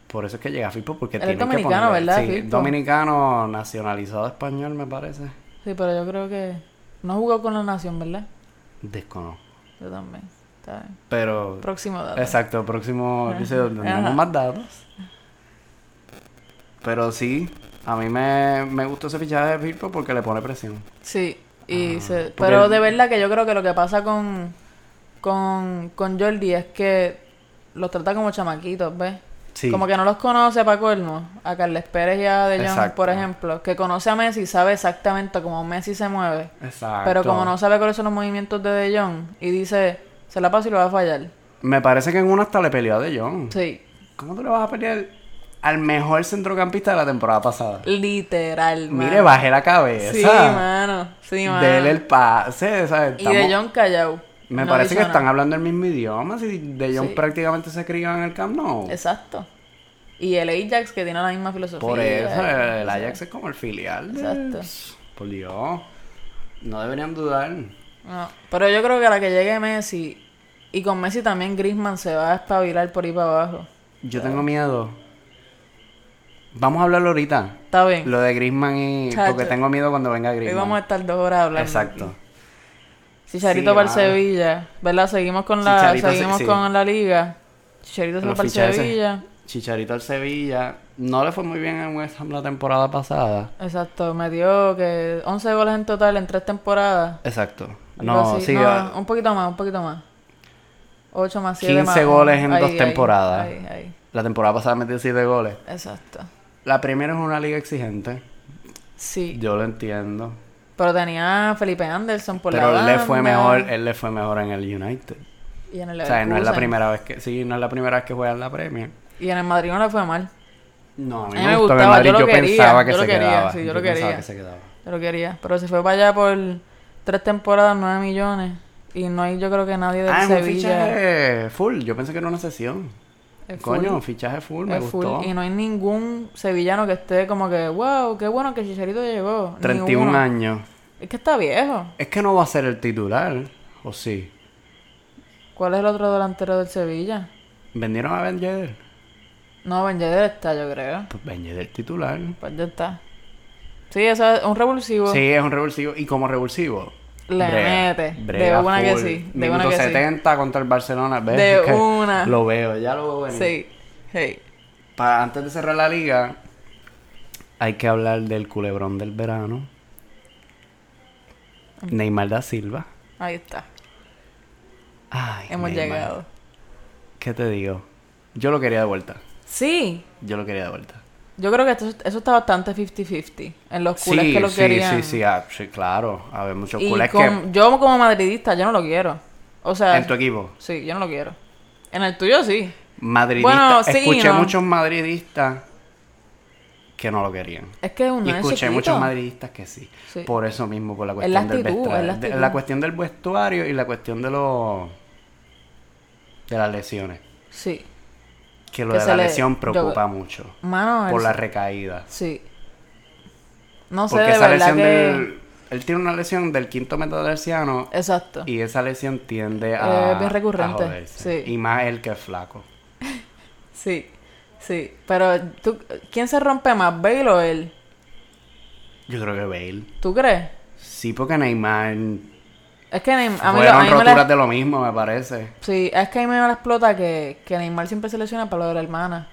Speaker 2: Por eso es que llega Firpo, porque
Speaker 1: Él es
Speaker 2: tiene que
Speaker 1: dominicano,
Speaker 2: ponerle-
Speaker 1: ¿verdad,
Speaker 2: Sí,
Speaker 1: Firpo?
Speaker 2: dominicano nacionalizado español, me parece.
Speaker 1: Sí, pero yo creo que no jugó con la nación, ¿verdad?
Speaker 2: Desconozco.
Speaker 1: Yo también. Está bien.
Speaker 2: Pero,
Speaker 1: Próximo dato.
Speaker 2: exacto, próximo episodio tendremos
Speaker 1: Ajá.
Speaker 2: más datos. Pero sí, a mí me, me gustó ese fichaje de Firpo porque le pone presión.
Speaker 1: Sí, y se-
Speaker 2: porque-
Speaker 1: pero de verdad que yo creo que lo que pasa con, con, con Jordi es que los trata como chamaquitos, ¿ves?
Speaker 2: Sí.
Speaker 1: Como que no los conoce para colmo. A Carles Pérez y a De Jong,
Speaker 2: Exacto.
Speaker 1: por ejemplo, que conoce a Messi, sabe exactamente cómo Messi se mueve.
Speaker 2: Exacto.
Speaker 1: Pero como no sabe cuáles son los movimientos de De Jong y dice, se la paso y lo va a fallar.
Speaker 2: Me parece que en una hasta le peleó a De Jong.
Speaker 1: Sí,
Speaker 2: ¿Cómo tú le vas a pelear al mejor centrocampista de la temporada pasada?
Speaker 1: literal, mano.
Speaker 2: Mire, baje la cabeza.
Speaker 1: Sí, mano. Sí, mano.
Speaker 2: Dele el pase, ¿sabes?
Speaker 1: Y De
Speaker 2: Estamos-
Speaker 1: Jong callado.
Speaker 2: Me
Speaker 1: No
Speaker 2: parece
Speaker 1: hizo
Speaker 2: que
Speaker 1: nada.
Speaker 2: están hablando el mismo idioma. Si De Jong
Speaker 1: Sí.
Speaker 2: prácticamente se crió en el Camp Nou.
Speaker 1: Exacto. Y el Ajax que tiene la misma filosofía.
Speaker 2: Por eso
Speaker 1: eh,
Speaker 2: el Ajax es como el filial. de-
Speaker 1: Exacto.
Speaker 2: Por Dios. No deberían dudar.
Speaker 1: no. Pero yo creo que a la que llegue Messi, y con Messi también Griezmann se va a espabilar por ahí para abajo.
Speaker 2: Yo tengo miedo. Vamos a hablarlo ahorita.
Speaker 1: Está bien.
Speaker 2: Lo de Griezmann y...
Speaker 1: Chacho.
Speaker 2: Porque tengo miedo cuando venga
Speaker 1: Hoy
Speaker 2: Griezmann.
Speaker 1: vamos a estar dos horas hablando.
Speaker 2: Exacto.
Speaker 1: Chicharito
Speaker 2: Sí,
Speaker 1: para el
Speaker 2: mano.
Speaker 1: Sevilla, ¿verdad? Seguimos con la,
Speaker 2: Chicharito se-
Speaker 1: seguimos
Speaker 2: sí.
Speaker 1: con la liga. Chicharito se va
Speaker 2: Los
Speaker 1: para el
Speaker 2: fichajes.
Speaker 1: Sevilla.
Speaker 2: Chicharito al Sevilla. No le fue muy bien en West Ham la temporada pasada.
Speaker 1: Exacto, metió que 11 goles en total en tres temporadas.
Speaker 2: Exacto.
Speaker 1: Algo
Speaker 2: No,
Speaker 1: así.
Speaker 2: sí.
Speaker 1: No,
Speaker 2: ah,
Speaker 1: un poquito más, un poquito más. 8 más 7 más
Speaker 2: 15 goles en
Speaker 1: Ahí,
Speaker 2: dos
Speaker 1: ahí,
Speaker 2: temporadas.
Speaker 1: Ahí, ahí.
Speaker 2: La temporada pasada metió 7 goles.
Speaker 1: Exacto.
Speaker 2: La primera es una liga exigente.
Speaker 1: Sí.
Speaker 2: Yo lo entiendo.
Speaker 1: Pero tenía a Felipe Anderson por la
Speaker 2: pero él le fue
Speaker 1: banda.
Speaker 2: mejor, él le fue mejor en el United.
Speaker 1: Y en el
Speaker 2: O sea, no es la
Speaker 1: Leverkusen.
Speaker 2: primera vez que, sí, no es la primera vez que juega en la Premier.
Speaker 1: Y en el Madrid no le fue mal.
Speaker 2: No, a mí,
Speaker 1: A mí
Speaker 2: me
Speaker 1: me
Speaker 2: gustó que el
Speaker 1: gustaba,
Speaker 2: Madrid
Speaker 1: yo lo
Speaker 2: yo
Speaker 1: quería,
Speaker 2: pensaba que
Speaker 1: yo lo
Speaker 2: se
Speaker 1: quería,
Speaker 2: quedaba.
Speaker 1: sí, yo lo
Speaker 2: pensaba
Speaker 1: quería.
Speaker 2: que se quedaba.
Speaker 1: Yo lo quería. Pero se fue para allá por tres temporadas, 9 millones. Y no hay, yo creo que nadie del
Speaker 2: Ah, es un
Speaker 1: Sevilla.
Speaker 2: fichaje full. Yo pensé que era una sesión.
Speaker 1: Es full,
Speaker 2: Coño, fichaje full, me
Speaker 1: es full.
Speaker 2: gustó.
Speaker 1: Y no hay ningún sevillano que esté como que, wow, qué bueno que Chicharito llegó. Ni
Speaker 2: 31
Speaker 1: uno.
Speaker 2: años.
Speaker 1: Es que está viejo.
Speaker 2: Es que no va a ser el titular, ¿o sí?
Speaker 1: ¿Cuál es el otro delantero del Sevilla?
Speaker 2: ¿Vendieron a Ben Yedder?
Speaker 1: No, Ben Yedder está, yo creo.
Speaker 2: Pues Ben Yedder titular.
Speaker 1: Pues ya está. Sí, eso es un revulsivo.
Speaker 2: Sí, es un revulsivo. Y como revulsivo.
Speaker 1: Le mete. de una que
Speaker 2: full.
Speaker 1: sí. De
Speaker 2: Minuto
Speaker 1: una que
Speaker 2: 70 contra el Barcelona. ¿Ves?
Speaker 1: De
Speaker 2: Es que
Speaker 1: una.
Speaker 2: Lo veo, ya lo veo
Speaker 1: sí.
Speaker 2: venir.
Speaker 1: Sí. Hey.
Speaker 2: Pa- antes de cerrar la liga, hay que hablar del culebrón del verano. Neymar da Silva.
Speaker 1: Ahí está.
Speaker 2: Ay,
Speaker 1: Hemos
Speaker 2: Neymar.
Speaker 1: llegado.
Speaker 2: ¿Qué te digo? Yo lo quería de vuelta.
Speaker 1: Sí.
Speaker 2: Yo lo quería de vuelta.
Speaker 1: Yo creo que esto- eso está bastante 50-50. En los culés que lo
Speaker 2: sí,
Speaker 1: querían.
Speaker 2: sí, sí, ah, sí, claro. A ver, muchos
Speaker 1: Y
Speaker 2: culés
Speaker 1: con-
Speaker 2: que...
Speaker 1: yo como madridista, yo no lo quiero. O sea,
Speaker 2: En tu equipo.
Speaker 1: sí, yo no lo quiero. En el tuyo sí.
Speaker 2: Madridista.
Speaker 1: Bueno, sí,
Speaker 2: Escuché
Speaker 1: no.
Speaker 2: muchos madridistas que no lo querían.
Speaker 1: Es que es un
Speaker 2: Y
Speaker 1: nene
Speaker 2: escuché
Speaker 1: chiquito.
Speaker 2: muchos madridistas que sí.
Speaker 1: Sí.
Speaker 2: Por eso mismo, por la
Speaker 1: Es
Speaker 2: cuestión
Speaker 1: la
Speaker 2: del
Speaker 1: actitud,
Speaker 2: vestuario.
Speaker 1: es la
Speaker 2: de-
Speaker 1: actitud.
Speaker 2: cuestión del vestuario y la cuestión de los de las lesiones.
Speaker 1: Sí.
Speaker 2: Que lo
Speaker 1: Que
Speaker 2: de
Speaker 1: se
Speaker 2: la
Speaker 1: le-
Speaker 2: lesión
Speaker 1: yo-
Speaker 2: preocupa mucho.
Speaker 1: Mano,
Speaker 2: por
Speaker 1: el-
Speaker 2: las recaídas.
Speaker 1: Sí. No sé, de
Speaker 2: Porque esa
Speaker 1: verdad
Speaker 2: lesión
Speaker 1: que...
Speaker 2: del. Él tiene una lesión del quinto metatarsiano
Speaker 1: Exacto.
Speaker 2: y esa lesión tiende a.
Speaker 1: Eh, Es bien recurrente,
Speaker 2: a joderse.
Speaker 1: sí.
Speaker 2: Y más él que es flaco.
Speaker 1: Sí, sí. Pero, tú, ¿quién se rompe más, Bale o él?
Speaker 2: Yo creo que Bale.
Speaker 1: ¿Tú crees?
Speaker 2: Sí, porque Neymar.
Speaker 1: Es que Neym- a mí, lo, a
Speaker 2: Fueron
Speaker 1: mí me
Speaker 2: roturas
Speaker 1: la,
Speaker 2: de lo mismo, me parece.
Speaker 1: sí, es que a mí me la explota que, que Neymar siempre se lesiona para lo de la hermana.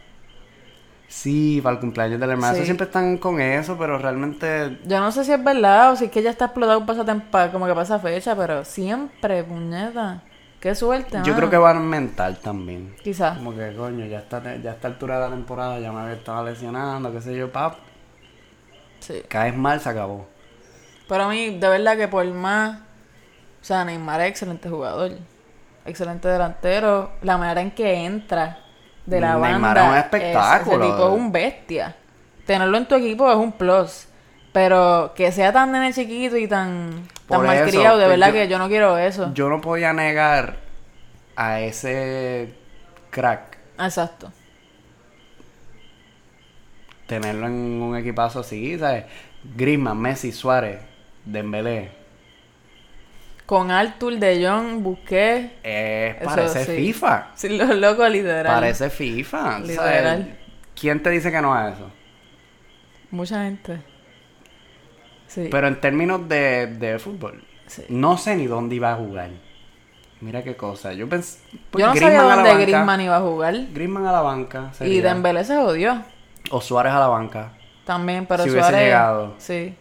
Speaker 2: Sí, para el cumpleaños de la hermana.
Speaker 1: Sí.
Speaker 2: Eso Siempre están con eso, pero realmente
Speaker 1: Yo no sé si es verdad o si es que ya está explotado para esa tempa- como que para esa fecha, pero siempre, puñeta. Qué suerte,
Speaker 2: Yo
Speaker 1: mano.
Speaker 2: creo que van mental también.
Speaker 1: Quizás.
Speaker 2: Como que, coño, ya está ya a esta altura de la temporada, ya me había estado lesionando, qué sé yo, pap.
Speaker 1: Sí.
Speaker 2: Caes mal, se acabó.
Speaker 1: Pero a mí, de verdad que por más... O sea, Neymar es excelente jugador. Excelente delantero. La manera en que entra de la
Speaker 2: Neymar
Speaker 1: banda...
Speaker 2: es un espectáculo.
Speaker 1: ese tipo es un bestia. tenerlo en tu equipo es un plus. Pero que sea tan nene chiquito y tan, tan
Speaker 2: Por
Speaker 1: malcriado,
Speaker 2: eso,
Speaker 1: de
Speaker 2: pues
Speaker 1: verdad
Speaker 2: yo-
Speaker 1: que yo no quiero eso.
Speaker 2: Yo no podía negar a ese crack
Speaker 1: Exacto.
Speaker 2: tenerlo en un equipazo así, ¿sabes? Griezmann, Messi, Suárez, Dembélé.
Speaker 1: Con Arthur de Jong busqué.
Speaker 2: Es
Speaker 1: Eso
Speaker 2: parece
Speaker 1: sí.
Speaker 2: FIFA.
Speaker 1: Sí, los locos literal.
Speaker 2: Parece FIFA. ¿sabes?
Speaker 1: Literal.
Speaker 2: ¿Quién te dice que no es eso?
Speaker 1: Mucha gente. Sí.
Speaker 2: Pero en términos de, de fútbol,
Speaker 1: Sí.
Speaker 2: no sé ni dónde iba a jugar. Mira qué cosa. Yo pensé. pues,
Speaker 1: yo no
Speaker 2: Griezmann
Speaker 1: sabía
Speaker 2: a la
Speaker 1: dónde
Speaker 2: banca.
Speaker 1: Griezmann iba a jugar.
Speaker 2: Griezmann a la banca.
Speaker 1: Y
Speaker 2: sería.
Speaker 1: Dembélé se jodió.
Speaker 2: O Suárez a la banca.
Speaker 1: También, pero
Speaker 2: Si hubiese
Speaker 1: Suárez.
Speaker 2: llegado.
Speaker 1: Sí.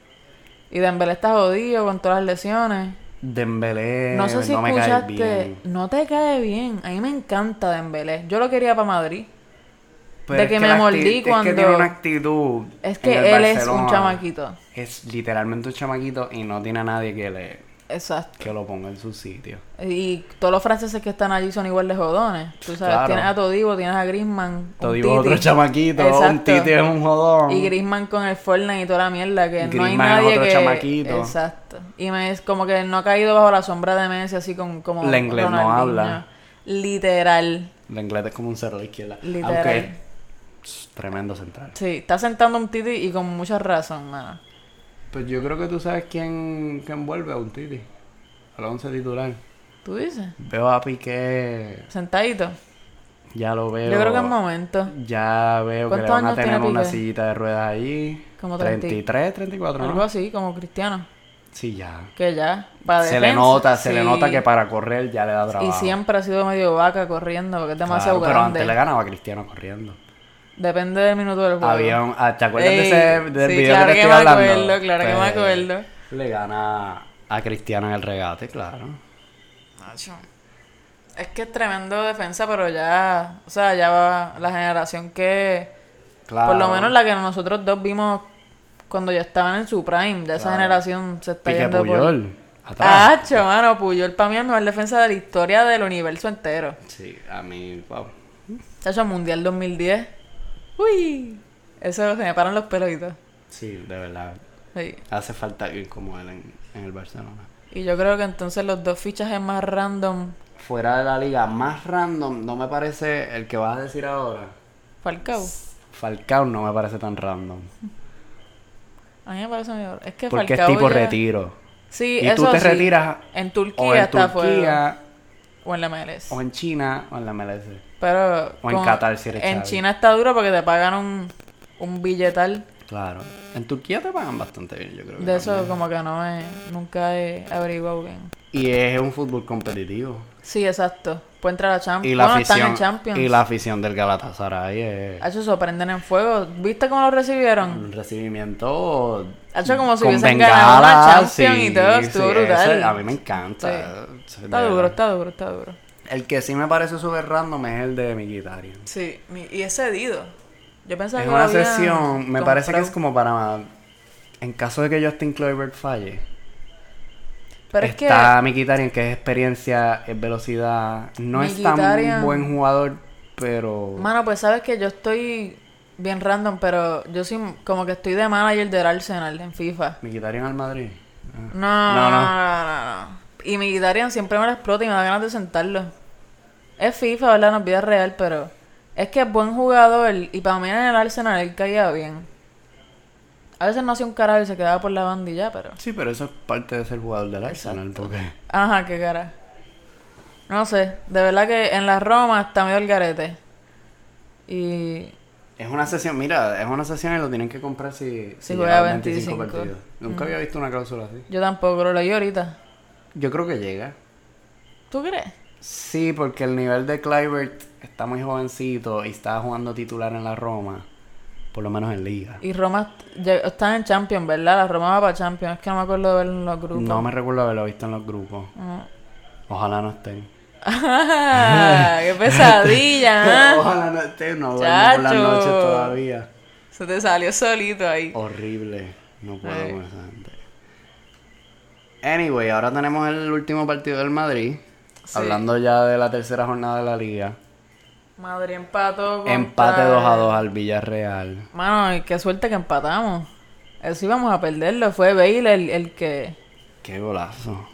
Speaker 1: Y Dembélé está jodido con todas las lesiones.
Speaker 2: Dembélé
Speaker 1: no sé si
Speaker 2: Eh, no me cae
Speaker 1: escuchaste.
Speaker 2: bien.
Speaker 1: No te cae bien. A mí me encanta Dembélé. Yo lo quería para Madrid. De
Speaker 2: es
Speaker 1: que me
Speaker 2: la acti-
Speaker 1: mordí
Speaker 2: Es
Speaker 1: cuando-
Speaker 2: que tiene una actitud.
Speaker 1: Es
Speaker 2: en
Speaker 1: que
Speaker 2: el
Speaker 1: él es
Speaker 2: Barcelona.
Speaker 1: un chamaquito.
Speaker 2: Es literalmente un chamaquito y no tiene a nadie que le
Speaker 1: Exacto.
Speaker 2: que lo ponga en su sitio.
Speaker 1: Y todos los franceses que están allí son igual de jodones. Tú sabes,
Speaker 2: Claro.
Speaker 1: tienes a Todivo, tienes a Griezmann.
Speaker 2: Te
Speaker 1: un
Speaker 2: digo
Speaker 1: titi.
Speaker 2: otro chamaquito, un
Speaker 1: Exacto.
Speaker 2: titi es un jodón.
Speaker 1: Y Griezmann con el Fortnite y toda la mierda que no hay
Speaker 2: Griezmann es
Speaker 1: nadie
Speaker 2: otro
Speaker 1: que
Speaker 2: chamaquito.
Speaker 1: exacto y me es como que no ha caído bajo la sombra de Messi así con como
Speaker 2: La inglés no
Speaker 1: Ronaldinho.
Speaker 2: habla.
Speaker 1: literal
Speaker 2: La inglés es como un cero a la izquierda.
Speaker 1: Literal.
Speaker 2: Aunque es tremendo central.
Speaker 1: sí está sentando un titi y con mucha razón mano
Speaker 2: Pues yo creo que tú sabes quién, quién vuelve a un titi. Al once titular.
Speaker 1: tú dices
Speaker 2: Veo a Piqué.
Speaker 1: sentadito
Speaker 2: Ya lo veo.
Speaker 1: yo creo que es momento
Speaker 2: Ya veo que le
Speaker 1: ¿Cuántos
Speaker 2: van a
Speaker 1: años
Speaker 2: tener
Speaker 1: tiene
Speaker 2: una
Speaker 1: Piqué?
Speaker 2: sillita de ruedas allí.
Speaker 1: Como
Speaker 2: 33, 34,
Speaker 1: algo
Speaker 2: ¿no?
Speaker 1: así como Cristiano
Speaker 2: Sí, ya.
Speaker 1: que ya para
Speaker 2: Se le
Speaker 1: defensa,
Speaker 2: nota, se le
Speaker 1: sí.
Speaker 2: nota que para correr ya le da trabajo.
Speaker 1: y siempre ha sido medio vaca corriendo porque es demasiado
Speaker 2: Claro, pero
Speaker 1: grande
Speaker 2: antes le ganaba a Cristiano corriendo.
Speaker 1: depende del minuto del juego
Speaker 2: Había un- ah, ¿Te acuerdas
Speaker 1: Ey,
Speaker 2: de ese del
Speaker 1: sí,
Speaker 2: video
Speaker 1: claro
Speaker 2: que
Speaker 1: que
Speaker 2: te estoy
Speaker 1: me
Speaker 2: hablando?
Speaker 1: acuerdo, claro que me
Speaker 2: Pues,
Speaker 1: acuerdo.
Speaker 2: Le gana a Cristiano en el regate, claro.
Speaker 1: Nacho. Es que es tremendo defensa, pero ya, o sea, ya va la generación que,
Speaker 2: Claro.
Speaker 1: por lo menos la que nosotros dos vimos cuando ya estaban en su prime, ya esa generación se está
Speaker 2: Pique
Speaker 1: yendo por... Ah.
Speaker 2: Puyol. Atrás.
Speaker 1: Nacho, mano, Puyol para mí es el mejor defensa de la historia del universo entero.
Speaker 2: Sí, a mí, wow.
Speaker 1: Chacho, Mundial 2010. Uy, eso se me paran los pelos y todo.
Speaker 2: Sí, de verdad.
Speaker 1: Sí.
Speaker 2: Hace falta alguien como él en, en el Barcelona.
Speaker 1: Y yo creo que entonces los dos fichajes más random,
Speaker 2: Fuera de la liga, más random, no me parece el que vas a decir ahora.
Speaker 1: Falcao,
Speaker 2: Falcao no me parece tan random.
Speaker 1: a mí me parece mejor. Es que
Speaker 2: Porque es
Speaker 1: Falcao
Speaker 2: tipo
Speaker 1: ya-
Speaker 2: retiro.
Speaker 1: Sí,
Speaker 2: Y
Speaker 1: eso
Speaker 2: tú te
Speaker 1: sí.
Speaker 2: retiras
Speaker 1: En Turquía
Speaker 2: o en
Speaker 1: está fuera
Speaker 2: Turquía,
Speaker 1: O en la MLS.
Speaker 2: o en China, o en la MLS.
Speaker 1: Pero.
Speaker 2: o en
Speaker 1: con-
Speaker 2: Qatar si eres
Speaker 1: En
Speaker 2: Xavi.
Speaker 1: China está duro porque te pagan un, un billetal.
Speaker 2: Claro. En Turquía te pagan bastante bien, yo creo. que
Speaker 1: De
Speaker 2: también.
Speaker 1: eso, como que no he. Nunca he averiguado bien.
Speaker 2: Y es un fútbol competitivo.
Speaker 1: Sí, exacto. Puede entrar a Champions.
Speaker 2: Y la
Speaker 1: Ah, bueno, están
Speaker 2: afición
Speaker 1: en Champions.
Speaker 2: y la afición del Galatasaray es
Speaker 1: Hacho, se prenden en fuego. ¿Viste cómo lo recibieron?
Speaker 2: un recibimiento
Speaker 1: Hacho, como si
Speaker 2: Mm. con
Speaker 1: hubiesen ganado una
Speaker 2: bengalas,
Speaker 1: Champions y todo.
Speaker 2: sí,
Speaker 1: Estuvo
Speaker 2: sí,
Speaker 1: brutal.
Speaker 2: ese- a mí me encanta. Ese
Speaker 1: Está
Speaker 2: de
Speaker 1: duro,
Speaker 2: verdad.
Speaker 1: está duro, está duro.
Speaker 2: El que sí me parece súper random es el de Mkhitaryan.
Speaker 1: Sí, mi- y ese Dido. Yo pensaba
Speaker 2: Es
Speaker 1: que
Speaker 2: una
Speaker 1: lo habían
Speaker 2: sesión, me parece que es
Speaker 1: comprado.
Speaker 2: como para... En caso de que Justin Kluivert falle,
Speaker 1: Pero es que.
Speaker 2: está Mkhitaryan, que es experiencia, es velocidad. No es
Speaker 1: Mkhitaryan-
Speaker 2: tan buen jugador, pero...
Speaker 1: Mano, pues sabes que yo estoy bien random, pero yo soy como que estoy de manager del Arsenal en FIFA.
Speaker 2: Mkhitaryan al Madrid. Ah.
Speaker 1: No, no, no,
Speaker 2: No, no.
Speaker 1: no, no. Y mi guitarra siempre me la explota y me da ganas de sentarlo. Es FIFA, ¿verdad? No es vida real, pero es que es buen jugador y para mí en el Arsenal él caía bien. A veces no hacía un carajo y se quedaba por la bandilla, pero...
Speaker 2: Sí, pero eso es parte de ser jugador del Arsenal, porque...
Speaker 1: Ajá, qué cara. No sé, de verdad que en la Roma está medio el garete. Y
Speaker 2: Es una sesión, mira, es una sesión y lo tienen que comprar si,
Speaker 1: Si juega
Speaker 2: lleva
Speaker 1: 25
Speaker 2: partidos. Nunca había visto una cláusula así.
Speaker 1: yo tampoco lo leí ahorita.
Speaker 2: Yo creo que llega.
Speaker 1: ¿Tú crees?
Speaker 2: Sí, porque el nivel de Clivert está muy jovencito y está jugando titular en la Roma, por lo menos en liga.
Speaker 1: Y Roma ya- están en Champions, ¿verdad? La Roma va para Champions. Es que no me acuerdo de verlo en los grupos.
Speaker 2: No me recuerdo haberlo visto en los grupos.
Speaker 1: No.
Speaker 2: Ojalá no estén.
Speaker 1: Ah, ¡Qué pesadilla! ¿ah?
Speaker 2: Ojalá no estén, no duermo por las
Speaker 1: Chacho.
Speaker 2: noches todavía.
Speaker 1: ¿eh? Se te salió solito ahí.
Speaker 2: Horrible. No puedo
Speaker 1: Ay.
Speaker 2: con esa gente. Anyway, ahora tenemos el último partido del Madrid.
Speaker 1: Sí.
Speaker 2: Hablando ya de la tercera jornada de la liga.
Speaker 1: Madrid empató contra...
Speaker 2: Empate 2 a 2 al Villarreal.
Speaker 1: Mano, y qué suerte que empatamos. Eso íbamos a perderlo. Fue Bale el, el que...
Speaker 2: Qué golazo.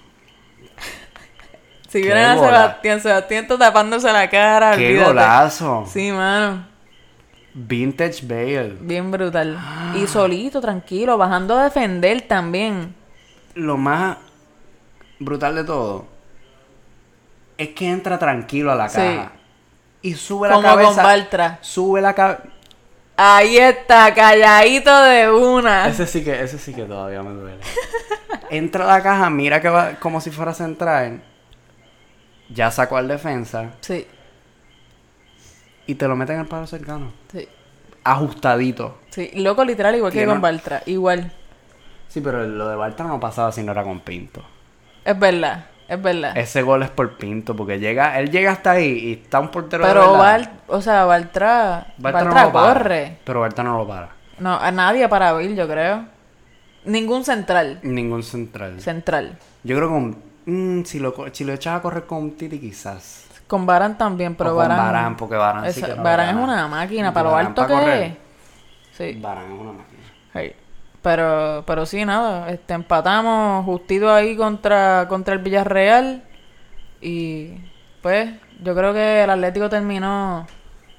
Speaker 1: Si vieran a
Speaker 2: gola-
Speaker 1: Sebastián, Sebastián está tapándose la cara.
Speaker 2: Qué
Speaker 1: olvídate.
Speaker 2: golazo.
Speaker 1: Sí, mano.
Speaker 2: Vintage Bale.
Speaker 1: Bien brutal.
Speaker 2: Ah.
Speaker 1: Y solito, tranquilo, bajando a defender también.
Speaker 2: Lo más brutal de todo es que entra tranquilo a la
Speaker 1: Sí.
Speaker 2: caja. Y sube la
Speaker 1: Como con
Speaker 2: cabeza.
Speaker 1: Bartra.
Speaker 2: Sube la cabeza.
Speaker 1: Ahí está, calladito de una.
Speaker 2: Ese sí que, ese sí que todavía me duele. Entra a la caja, mira que va como si fuera a centrar. Ya sacó al defensa
Speaker 1: Sí,
Speaker 2: y te lo meten al palo cercano.
Speaker 1: sí,
Speaker 2: Ajustadito.
Speaker 1: sí. Loco, literal, igual que
Speaker 2: Tiene-
Speaker 1: con Bartra. Igual.
Speaker 2: Sí, pero lo de Bartra no pasaba si no era con Pinto.
Speaker 1: Es verdad, es verdad.
Speaker 2: Ese gol es por Pinto, porque llega, él llega hasta ahí y está un portero de
Speaker 1: Pero
Speaker 2: verdad.
Speaker 1: Bal, o sea, Bartra, Bartra,
Speaker 2: lo para,
Speaker 1: corre.
Speaker 2: Pero Bartra no lo para.
Speaker 1: No, a nadie para Bill, yo creo. Ningún central.
Speaker 2: Ningún central.
Speaker 1: Central.
Speaker 2: Yo creo que un- mm, si, lo, co- si lo echas a correr con un Titi quizás.
Speaker 1: Con Barán también, pero
Speaker 2: O con
Speaker 1: Barán.
Speaker 2: Varane, porque Varane sí
Speaker 1: Esa-
Speaker 2: que no
Speaker 1: Varane
Speaker 2: gana.
Speaker 1: es una máquina, para lo
Speaker 2: Varane
Speaker 1: alto
Speaker 2: pa' correr.
Speaker 1: que es. Sí.
Speaker 2: Varane es una máquina.
Speaker 1: Hey. Pero, pero sí, nada, este, empatamos justito ahí contra, contra el Villarreal y pues yo creo que el Atlético terminó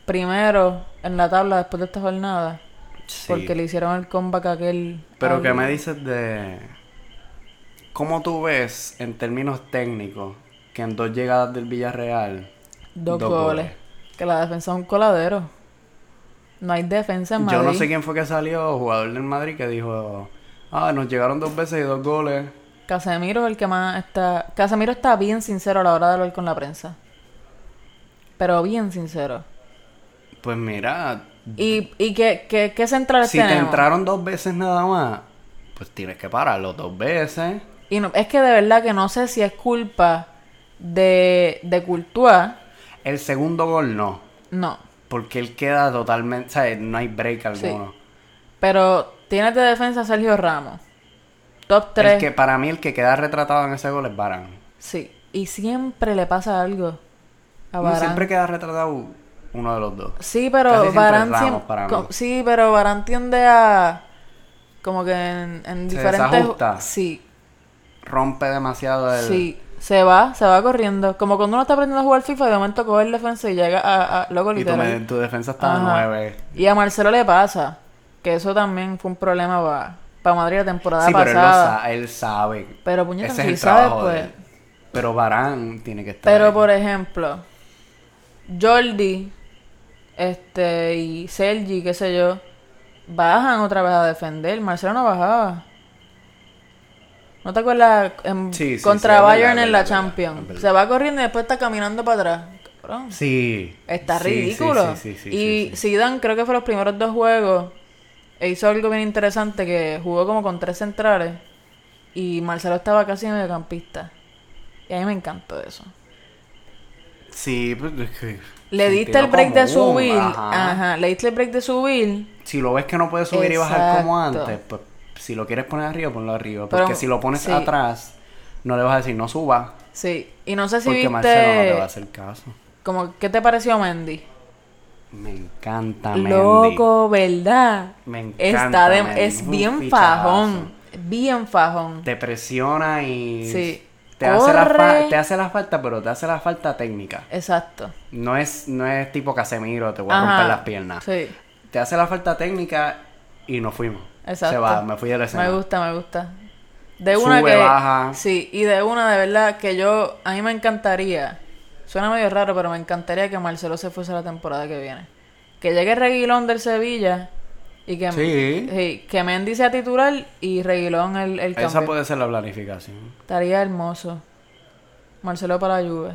Speaker 1: primero en la tabla después de esta jornada
Speaker 2: Sí.
Speaker 1: porque le hicieron el comeback aquel.
Speaker 2: Pero
Speaker 1: al-
Speaker 2: ¿qué me dices de cómo tú ves en términos técnicos que en dos llegadas del Villarreal
Speaker 1: dos,
Speaker 2: dos
Speaker 1: goles.
Speaker 2: goles?
Speaker 1: Que la defensa es un coladero. No hay defensa en Madrid.
Speaker 2: Yo no sé quién fue que salió, jugador del Madrid, que dijo, ah, nos llegaron dos veces y dos goles.
Speaker 1: Casemiro es el que más está. Casemiro está bien sincero a la hora de hablar con la prensa. Pero bien sincero.
Speaker 2: Pues mira,
Speaker 1: ¿Y, y qué, qué, qué centrales
Speaker 2: si te
Speaker 1: tenemos?
Speaker 2: entraron dos veces nada más, pues tienes que pararlo dos veces.
Speaker 1: Y no- es que de verdad que no sé si es culpa de, de Courtois.
Speaker 2: El segundo gol no,
Speaker 1: No.
Speaker 2: porque él queda totalmente, ¿sabes? No hay break
Speaker 1: Sí.
Speaker 2: alguno.
Speaker 1: Pero tienes de defensa a Sergio Ramos. Top
Speaker 2: El
Speaker 1: 3.
Speaker 2: que para mí el que queda retratado en ese gol es Barán.
Speaker 1: Sí. Y siempre le pasa algo a Varane.
Speaker 2: siempre queda retratado uno de los dos.
Speaker 1: Sí,
Speaker 2: Casi
Speaker 1: pero
Speaker 2: siempre
Speaker 1: Barán
Speaker 2: Ramos
Speaker 1: siem-
Speaker 2: para mí.
Speaker 1: co- sí, pero Barán tiende a como que en, en
Speaker 2: Se
Speaker 1: diferentes
Speaker 2: desajusta.
Speaker 1: sí,
Speaker 2: Rompe demasiado el...
Speaker 1: sí, se va, se va corriendo, como cuando uno está aprendiendo a jugar FIFA y de momento coge el defensa y llega a, a luego
Speaker 2: Y tu,
Speaker 1: literal.
Speaker 2: me- tu defensa está a
Speaker 1: Ajá.
Speaker 2: nueve.
Speaker 1: Y a Marcelo le pasa, que eso también fue un problema para Madrid la temporada
Speaker 2: Sí, pero él, lo
Speaker 1: pasada.
Speaker 2: sa- él sabe.
Speaker 1: Pero puñeta,
Speaker 2: Ese es
Speaker 1: sí
Speaker 2: el
Speaker 1: sabe,
Speaker 2: trabajo de
Speaker 1: pues.
Speaker 2: él. Pero Barán tiene que estar
Speaker 1: Pero
Speaker 2: ahí.
Speaker 1: por ejemplo, Jordi este y Sergi, qué sé yo, bajan otra vez a defender. Marcelo no bajaba. ¿No te acuerdas en-
Speaker 2: Sí, sí,
Speaker 1: contra
Speaker 2: sí, es
Speaker 1: Bayern
Speaker 2: verdad,
Speaker 1: en
Speaker 2: es
Speaker 1: la
Speaker 2: verdad, es
Speaker 1: Champions?
Speaker 2: verdad.
Speaker 1: Se va corriendo y después está caminando para atrás. Cabrón.
Speaker 2: Sí.
Speaker 1: Está
Speaker 2: Sí, sí,
Speaker 1: ridículo.
Speaker 2: sí, sí, sí,
Speaker 1: y
Speaker 2: sí, sí.
Speaker 1: Zidane creo que fue los primeros dos juegos. e hizo algo bien interesante que jugó como con tres centrales y Marcelo estaba casi mediocampista. Y a mí me encantó eso.
Speaker 2: Sí, pues, es que-
Speaker 1: Le diste el
Speaker 2: sentido
Speaker 1: break de
Speaker 2: común,
Speaker 1: subir. Ajá.
Speaker 2: ajá.
Speaker 1: Le diste el break de subir.
Speaker 2: Si lo ves que no puedes subir y bajar como
Speaker 1: Exacto.
Speaker 2: antes, pues si lo quieres poner arriba, ponlo arriba.
Speaker 1: Pero-
Speaker 2: Porque si lo pones
Speaker 1: sí.
Speaker 2: atrás, no le vas a decir no suba.
Speaker 1: Sí. Y no sé si
Speaker 2: Porque
Speaker 1: viste.
Speaker 2: Marcelo no te va a hacer caso.
Speaker 1: Como, ¿qué te pareció Mendy?
Speaker 2: Me encanta, Mendy.
Speaker 1: Loco, ¿verdad?
Speaker 2: Me encanta
Speaker 1: Está de-
Speaker 2: Mendy,
Speaker 1: es
Speaker 2: un
Speaker 1: bien
Speaker 2: fichazo.
Speaker 1: fajón. Bien fajón.
Speaker 2: te presiona y
Speaker 1: Sí.
Speaker 2: te, hace la
Speaker 1: Corre.
Speaker 2: fa- te hace la falta, pero te hace la falta técnica.
Speaker 1: Exacto.
Speaker 2: No es, no es tipo Casemiro, te voy a
Speaker 1: Ajá.
Speaker 2: romper las piernas.
Speaker 1: Sí.
Speaker 2: Te hace la falta técnica y nos fuimos.
Speaker 1: Exacto.
Speaker 2: Se va, me fui de la escena.
Speaker 1: Me gusta, me gusta. De una
Speaker 2: Sube,
Speaker 1: que.
Speaker 2: baja.
Speaker 1: Sí, y de una de verdad que yo. A mí me encantaría. Suena medio raro, pero me encantaría que Marcelo se fuese la temporada que viene. Que llegue Reguilón del Sevilla y que.
Speaker 2: Sí.
Speaker 1: que Mendy sea titular y Reguilón el, el
Speaker 2: Esa
Speaker 1: campeón.
Speaker 2: puede ser la planificación.
Speaker 1: Estaría hermoso. Marcelo para la Juve.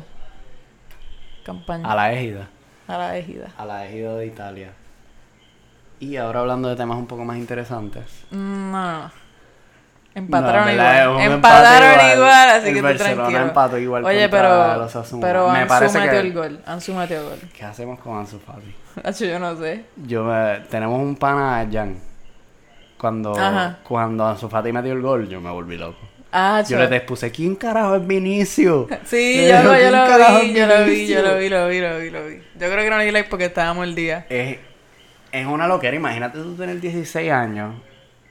Speaker 1: Campaña.
Speaker 2: A la égida.
Speaker 1: A la ejida.
Speaker 2: A la égida de Italia. Y ahora hablando de temas un poco más interesantes.
Speaker 1: Mm, No, no, no. Empataron
Speaker 2: No, en verdad,
Speaker 1: verdad,
Speaker 2: es
Speaker 1: igual.
Speaker 2: un
Speaker 1: Empataron
Speaker 2: empate
Speaker 1: igual,
Speaker 2: igual.
Speaker 1: así
Speaker 2: El
Speaker 1: que tú
Speaker 2: Barcelona
Speaker 1: tranquilo.
Speaker 2: empató igual
Speaker 1: Oye,
Speaker 2: contra
Speaker 1: pero,
Speaker 2: los Asuna.
Speaker 1: pero
Speaker 2: Me
Speaker 1: Ansu
Speaker 2: parece
Speaker 1: metió
Speaker 2: que-
Speaker 1: el gol. Ansu metió el gol.
Speaker 2: ¿Qué hacemos con Ansu Fati?
Speaker 1: Hacho, yo no sé.
Speaker 2: Yo me- tenemos un pana Jan. Cuando,
Speaker 1: Ajá.
Speaker 2: cuando Ansu Fati metió el gol, yo me volví loco.
Speaker 1: Ah,
Speaker 2: Yo le puse, ¿quién carajo es Vinicio?
Speaker 1: Sí,
Speaker 2: Yo
Speaker 1: yo, lo,
Speaker 2: dije,
Speaker 1: yo
Speaker 2: "¿Quién
Speaker 1: lo
Speaker 2: carajo
Speaker 1: vi,
Speaker 2: es
Speaker 1: yo lo vi, yo
Speaker 2: Vinicio?"
Speaker 1: lo vi, lo vi, lo vi, lo vi. Yo creo que no le di like porque estábamos el día.
Speaker 2: Es, es una loquera. Imagínate tú tener 16 años.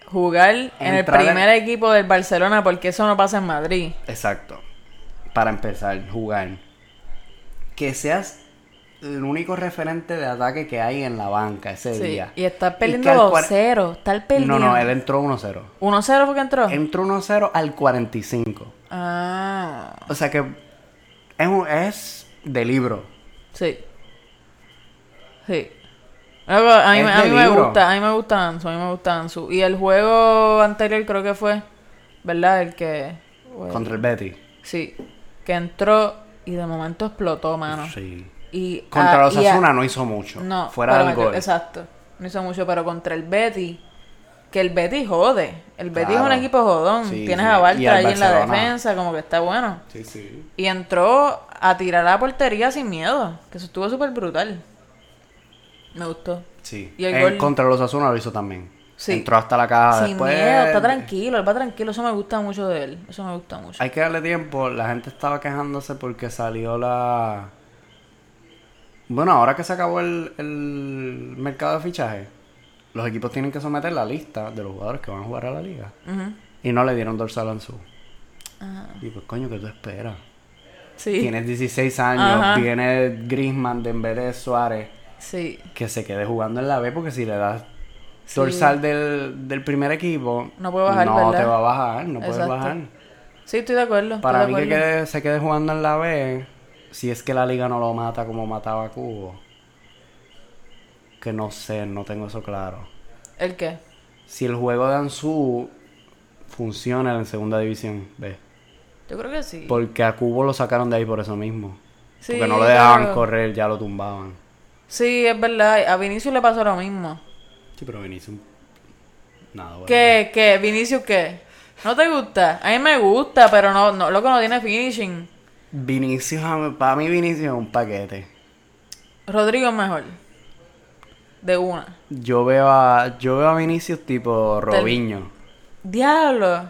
Speaker 1: Jugar en el
Speaker 2: Entrar en-
Speaker 1: primer equipo del Barcelona porque eso no pasa en Madrid.
Speaker 2: Exacto. Para empezar, jugar. Que seas el único referente de ataque que hay en la banca ese
Speaker 1: Sí.
Speaker 2: día.
Speaker 1: Y estás
Speaker 2: que
Speaker 1: perdiendo
Speaker 2: al
Speaker 1: 2-0, estás perdiendo.
Speaker 2: No, no, él entró 1-0.
Speaker 1: 1-0 fue que entró.
Speaker 2: Entró 1-0 al 45.
Speaker 1: Ah,
Speaker 2: O sea que es, un- es de libro.
Speaker 1: sí. Sí. Luego, a mí,
Speaker 2: Es
Speaker 1: me- a
Speaker 2: de
Speaker 1: mí me
Speaker 2: libro.
Speaker 1: gusta, a mí me gusta Ansu, a mí me gusta Ansu. Y el juego anterior creo que fue, ¿verdad? El que... Pues,
Speaker 2: Contra el Betty.
Speaker 1: Sí. Que entró y de momento explotó, mano.
Speaker 2: Sí.
Speaker 1: Y,
Speaker 2: Contra
Speaker 1: ah,
Speaker 2: los
Speaker 1: y a-
Speaker 2: Asuna no hizo mucho.
Speaker 1: No,
Speaker 2: fuera
Speaker 1: pero
Speaker 2: del
Speaker 1: metió-
Speaker 2: gol.
Speaker 1: Exacto. No hizo mucho, pero contra el Betty, que el Betty jode. El Betty es
Speaker 2: Claro.
Speaker 1: un equipo jodón.
Speaker 2: Sí,
Speaker 1: Tienes
Speaker 2: sí.
Speaker 1: a
Speaker 2: Y
Speaker 1: Bartra
Speaker 2: al
Speaker 1: ahí en la
Speaker 2: Barcelona.
Speaker 1: defensa, como que está bueno.
Speaker 2: Sí, sí.
Speaker 1: Y entró a tirar a la portería sin miedo, que eso estuvo súper brutal. Me gustó.
Speaker 2: Sí.
Speaker 1: Y el
Speaker 2: Eh,
Speaker 1: gol-
Speaker 2: Contra los Asuna lo hizo también.
Speaker 1: Sí.
Speaker 2: Entró hasta la caja
Speaker 1: sin
Speaker 2: Ah, después.
Speaker 1: miedo, está tranquilo, él va tranquilo. Eso me gusta mucho de él. Eso me gusta mucho.
Speaker 2: Hay que darle tiempo. La gente estaba quejándose porque salió la. Bueno, ahora que se acabó el, el mercado de fichaje, los equipos tienen que someter la lista de los jugadores que van a jugar a la liga.
Speaker 1: Ujú.
Speaker 2: Y no le dieron dorsal a Ansu.
Speaker 1: Ajá.
Speaker 2: Y pues, coño, ¿qué tú esperas?
Speaker 1: Sí,
Speaker 2: Tienes 16 años,
Speaker 1: Ajá.
Speaker 2: viene Griezmann, Dembélé, Suárez,
Speaker 1: sí.
Speaker 2: que se quede jugando en la B porque si le das dorsal del, del primer equipo,
Speaker 1: No puede bajar,
Speaker 2: no
Speaker 1: ¿verdad?
Speaker 2: te va a bajar, no puede
Speaker 1: Exacto.
Speaker 2: bajar.
Speaker 1: Sí, estoy de acuerdo. estoy
Speaker 2: Para
Speaker 1: de
Speaker 2: mí que
Speaker 1: acuerdo.
Speaker 2: quede- se quede jugando en la B, si es que la liga no lo mata como mataba a Cubo, que no sé, no tengo eso claro.
Speaker 1: ¿El qué?
Speaker 2: Si el juego de Ansu funciona en segunda división B,
Speaker 1: Yo creo que sí.
Speaker 2: porque a Cubo lo sacaron de ahí por eso mismo,
Speaker 1: Sí,
Speaker 2: porque no lo dejaban
Speaker 1: claro.
Speaker 2: correr, ya lo tumbaban.
Speaker 1: Sí, es verdad. A Vinicius le pasó lo mismo.
Speaker 2: Sí, pero Vinicius, nada, bueno.
Speaker 1: ¿Qué? ¿Qué? ¿Vinicius qué? ¿No te gusta? A mí me gusta, pero no, no loco, no tiene finishing.
Speaker 2: Vinicius, para mí Vinicius es un paquete.
Speaker 1: Rodrigo es mejor. De una.
Speaker 2: Yo veo a, yo veo a Vinicius tipo Robinho.
Speaker 1: ¡Diablo!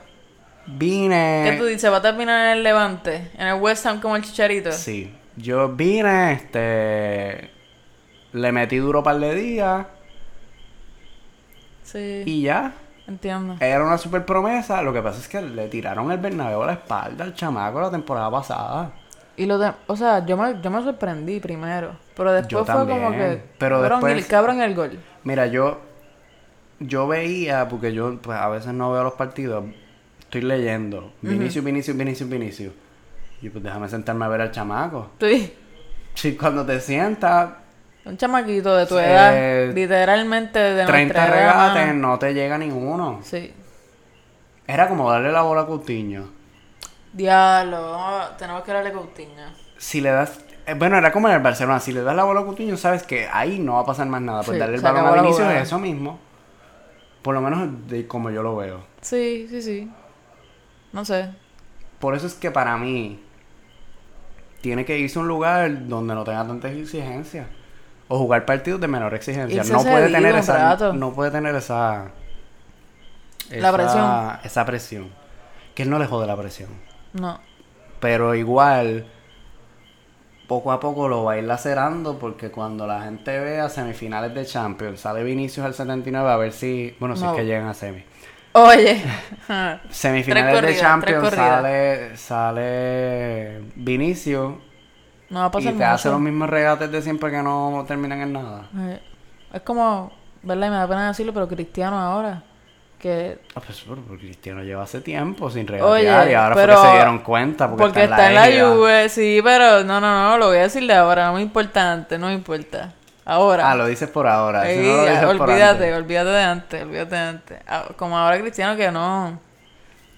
Speaker 2: Vine.
Speaker 1: ¿Qué tú dices? ¿Va a terminar en el Levante? ¿En el West Ham como el Chicharito?
Speaker 2: Sí, yo vine, este. Le metí duro par de días
Speaker 1: Sí,
Speaker 2: y ya.
Speaker 1: entiendo.
Speaker 2: Era una super promesa. Lo que pasa es que le tiraron el Bernabéu a la espalda al chamaco la temporada pasada.
Speaker 1: Y lo de... O sea, yo me, yo me sorprendí primero. Pero después
Speaker 2: Yo
Speaker 1: fue como
Speaker 2: también,
Speaker 1: que...
Speaker 2: pero
Speaker 1: cabrón,
Speaker 2: después-
Speaker 1: y el cabrón el gol.
Speaker 2: Mira, yo. Yo veía, porque yo pues, a veces no veo los partidos. Estoy leyendo. Vinicius, Vinicius, Vinicius, Vinicius. Y pues déjame sentarme a ver al chamaco.
Speaker 1: Sí.
Speaker 2: Si cuando te sientas,
Speaker 1: Un chamaquito de tu
Speaker 2: Eh,
Speaker 1: edad. Literalmente de
Speaker 2: 30
Speaker 1: nuestra edad. mano.
Speaker 2: regates, no te llega ninguno.
Speaker 1: Sí.
Speaker 2: Era como darle la bola a Coutinho.
Speaker 1: Diablo, vamos a- tenemos que hablarle con Tiña.
Speaker 2: si le das. eh, Bueno, era como en el Barcelona. Si le das la bola a Coutinho, sabes que ahí no va a pasar más nada. Pues
Speaker 1: Sí,
Speaker 2: darle el
Speaker 1: se
Speaker 2: balón
Speaker 1: acabó
Speaker 2: a
Speaker 1: la
Speaker 2: Vinicius
Speaker 1: jugada.
Speaker 2: es eso mismo. Por lo menos de como yo lo veo.
Speaker 1: Sí, sí, sí. No sé.
Speaker 2: Por eso es que para mí. Tiene que irse a un lugar donde no tenga tantas exigencias. O jugar partidos de menor exigencia.
Speaker 1: Irse
Speaker 2: No
Speaker 1: ese
Speaker 2: puede
Speaker 1: día
Speaker 2: tener
Speaker 1: un
Speaker 2: esa.
Speaker 1: rato.
Speaker 2: No puede tener esa.
Speaker 1: La presión.
Speaker 2: Esa presión. Que él no le jode la presión.
Speaker 1: No.
Speaker 2: Pero igual, poco a poco lo va a ir lacerando porque cuando la gente vea semifinales de Champions, sale Vinicius al 79 a ver si, bueno, si
Speaker 1: No.
Speaker 2: es que llegan a semi.
Speaker 1: Oye.
Speaker 2: Semifinales
Speaker 1: corridas,
Speaker 2: de
Speaker 1: tres
Speaker 2: Champions
Speaker 1: corridas.
Speaker 2: sale, sale Vinicius
Speaker 1: no va a
Speaker 2: y te
Speaker 1: pasar
Speaker 2: hace los
Speaker 1: mucho.
Speaker 2: mismos regates de siempre que no terminan en nada.
Speaker 1: Eh, Es como, ¿verdad? Y me da pena decirlo, pero Cristiano ahora. Que.
Speaker 2: Ah, pues, pero porque Cristiano lleva hace tiempo sin
Speaker 1: Oye,
Speaker 2: regatear y ahora
Speaker 1: pero.
Speaker 2: fue que se dieron cuenta porque,
Speaker 1: porque está en la, Juve, sí, pero no, no, no, lo voy a decir de ahora, no me importa antes, no me importa. Ahora.
Speaker 2: Ah, lo dices por ahora. eso
Speaker 1: Ey,
Speaker 2: no lo dices por antes.
Speaker 1: olvídate, olvídate de antes, olvídate de antes. Ah, Como ahora Cristiano que no.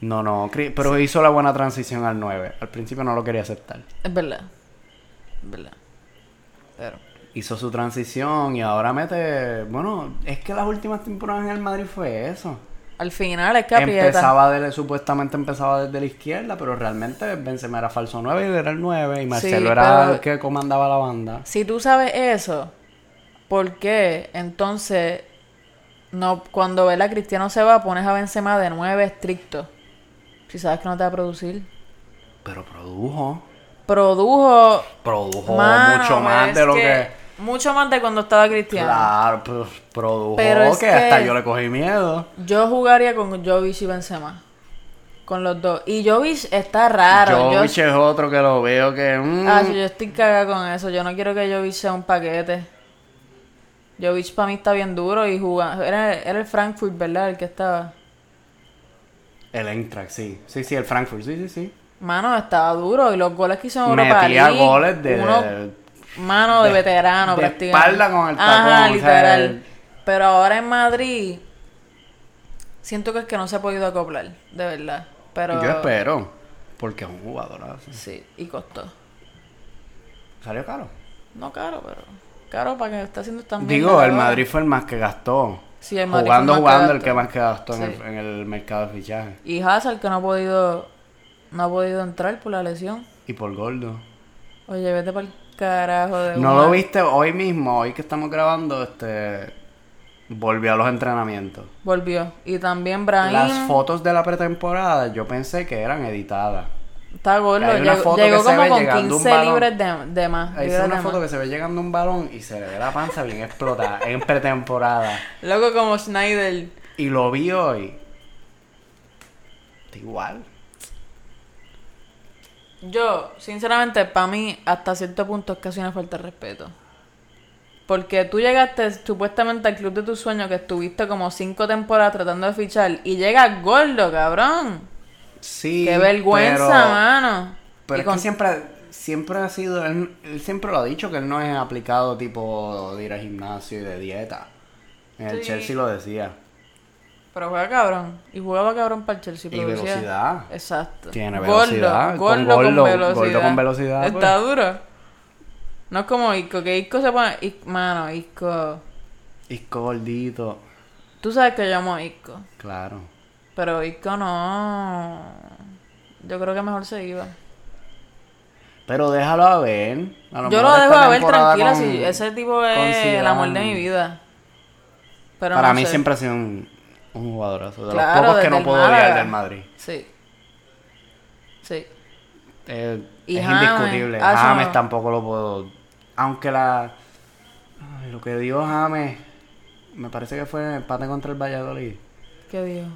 Speaker 2: No, no, Cri- pero hizo la buena transición al 9. Al principio no lo quería aceptar.
Speaker 1: Es verdad. Es verdad. Pero.
Speaker 2: Hizo su transición y ahora mete... Bueno, es que las últimas temporadas en el Madrid fue eso.
Speaker 1: Al final es que aprieta.
Speaker 2: Empezaba desde- supuestamente empezaba desde la izquierda, pero realmente Benzema era falso 9 y él era el 9 y Marcelo
Speaker 1: Sí,
Speaker 2: era
Speaker 1: pero-
Speaker 2: el que comandaba la banda.
Speaker 1: Si tú sabes eso, ¿por qué entonces no cuando Vela Cristiano se va pones a Benzema de nueve estricto? Si sabes que no te va a producir.
Speaker 2: Pero produjo.
Speaker 1: Produjo
Speaker 2: Produjo
Speaker 1: Mano,
Speaker 2: mucho más
Speaker 1: es
Speaker 2: de lo que.
Speaker 1: Mucho más de cuando estaba Cristiano.
Speaker 2: Claro, pro- produjo
Speaker 1: Pero es
Speaker 2: que, hasta
Speaker 1: que-
Speaker 2: yo le cogí miedo.
Speaker 1: Yo jugaría con Jovic y Benzema. Con los dos. Y Jovic está raro.
Speaker 2: Jovic
Speaker 1: yo,
Speaker 2: es otro que lo veo que. mm,
Speaker 1: Ah, sí, yo estoy cagada con eso. Yo no quiero que Jovic sea un paquete. Jovic para mí está bien duro y jugando. Era, era el Frankfurt, ¿verdad? El que estaba.
Speaker 2: El Eintracht, sí. Sí, sí, el Frankfurt, sí, sí, sí.
Speaker 1: Mano, estaba duro. Y los goles que hizo en Europa
Speaker 2: Metía
Speaker 1: League,
Speaker 2: goles de.
Speaker 1: uno- mano de,
Speaker 2: de-
Speaker 1: veterano
Speaker 2: de
Speaker 1: prácticamente.
Speaker 2: espalda con el tacón, o
Speaker 1: Ajá,
Speaker 2: sea,
Speaker 1: literal.
Speaker 2: el-
Speaker 1: Pero ahora en Madrid siento que es que no se ha podido acoplar, de verdad. Pero
Speaker 2: Yo espero. Porque es un jugadorazo.
Speaker 1: sí, y costó.
Speaker 2: Salió caro.
Speaker 1: No caro, pero caro para que está haciendo tan bien
Speaker 2: Digo, el
Speaker 1: ahora.
Speaker 2: Madrid fue el más que gastó.
Speaker 1: Sí, el Madrid
Speaker 2: jugando,
Speaker 1: fue el más que
Speaker 2: jugando, el
Speaker 1: gastó.
Speaker 2: que más que gastó en,
Speaker 1: Sí.
Speaker 2: el, en el mercado de fichaje.
Speaker 1: y Hazard que no ha podido no ha podido entrar por la lesión.
Speaker 2: Y por Gordo.
Speaker 1: Oye, vete para el carajo de
Speaker 2: ¿No
Speaker 1: una.
Speaker 2: lo viste hoy mismo? Hoy que estamos grabando, este. Volvió a los entrenamientos.
Speaker 1: Volvió. Y también Brahim
Speaker 2: Las fotos de la pretemporada yo pensé que eran editadas.
Speaker 1: está gordo.
Speaker 2: Hay una
Speaker 1: Llegó,
Speaker 2: foto que
Speaker 1: llegó
Speaker 2: se ve
Speaker 1: como con
Speaker 2: llegando un
Speaker 1: 15
Speaker 2: balón.
Speaker 1: libras de, de más.
Speaker 2: Ahí
Speaker 1: libras
Speaker 2: es una
Speaker 1: de
Speaker 2: foto
Speaker 1: más.
Speaker 2: que se ve llegando un balón y se le ve la panza bien explotada en pretemporada.
Speaker 1: Loco como Schneider.
Speaker 2: Y lo vi hoy. Está igual.
Speaker 1: Yo, sinceramente, para mí, hasta cierto punto es casi una falta de respeto. Porque tú llegaste supuestamente al club de tus sueños, que estuviste como cinco temporadas tratando de fichar, y llegas gordo, cabrón.
Speaker 2: Sí.
Speaker 1: Qué vergüenza,
Speaker 2: pero-
Speaker 1: mano.
Speaker 2: Pero
Speaker 1: Y
Speaker 2: es
Speaker 1: con-
Speaker 2: que siempre, siempre ha sido, él, él siempre lo ha dicho que él no es aplicado tipo de ir al gimnasio y de dieta. En el
Speaker 1: Sí.
Speaker 2: Chelsea lo decía.
Speaker 1: Pero juega cabrón. Y jugaba cabrón para el Chelsea.
Speaker 2: Y
Speaker 1: producía.
Speaker 2: velocidad.
Speaker 1: Exacto.
Speaker 2: Tiene
Speaker 1: Gordo,
Speaker 2: velocidad, con
Speaker 1: Gordo con,
Speaker 2: gordo,
Speaker 1: velocidad.
Speaker 2: gordo con velocidad, pues.
Speaker 1: Está duro. No es como Isco, que Isco se pone... Is- Mano, Isco...
Speaker 2: Y gordito.
Speaker 1: Tú sabes que yo amo a Isco.
Speaker 2: Claro.
Speaker 1: Pero Isco no. Yo creo que mejor se iba.
Speaker 2: Pero déjalo a ver. A
Speaker 1: Yo lo
Speaker 2: mejor
Speaker 1: dejo
Speaker 2: esta
Speaker 1: a ver
Speaker 2: temporada
Speaker 1: tranquila
Speaker 2: con-
Speaker 1: si ese tipo
Speaker 2: con
Speaker 1: es el amor de
Speaker 2: Zidane.
Speaker 1: mi vida. Pero
Speaker 2: Para
Speaker 1: no
Speaker 2: mí
Speaker 1: sé.
Speaker 2: siempre ha sido un, un jugadorazo. De
Speaker 1: Claro,
Speaker 2: los pocos que
Speaker 1: desde
Speaker 2: no
Speaker 1: el
Speaker 2: puedo odiar
Speaker 1: Málaga.
Speaker 2: del Madrid.
Speaker 1: Sí. Sí.
Speaker 2: Eh,
Speaker 1: Y
Speaker 2: es
Speaker 1: James,
Speaker 2: indiscutible.
Speaker 1: ah, eso
Speaker 2: James
Speaker 1: no.
Speaker 2: tampoco lo puedo. Aunque la. Ay, lo que dio James. Me parece que fue en el empate contra el Valladolid.
Speaker 1: ¿Qué dijo?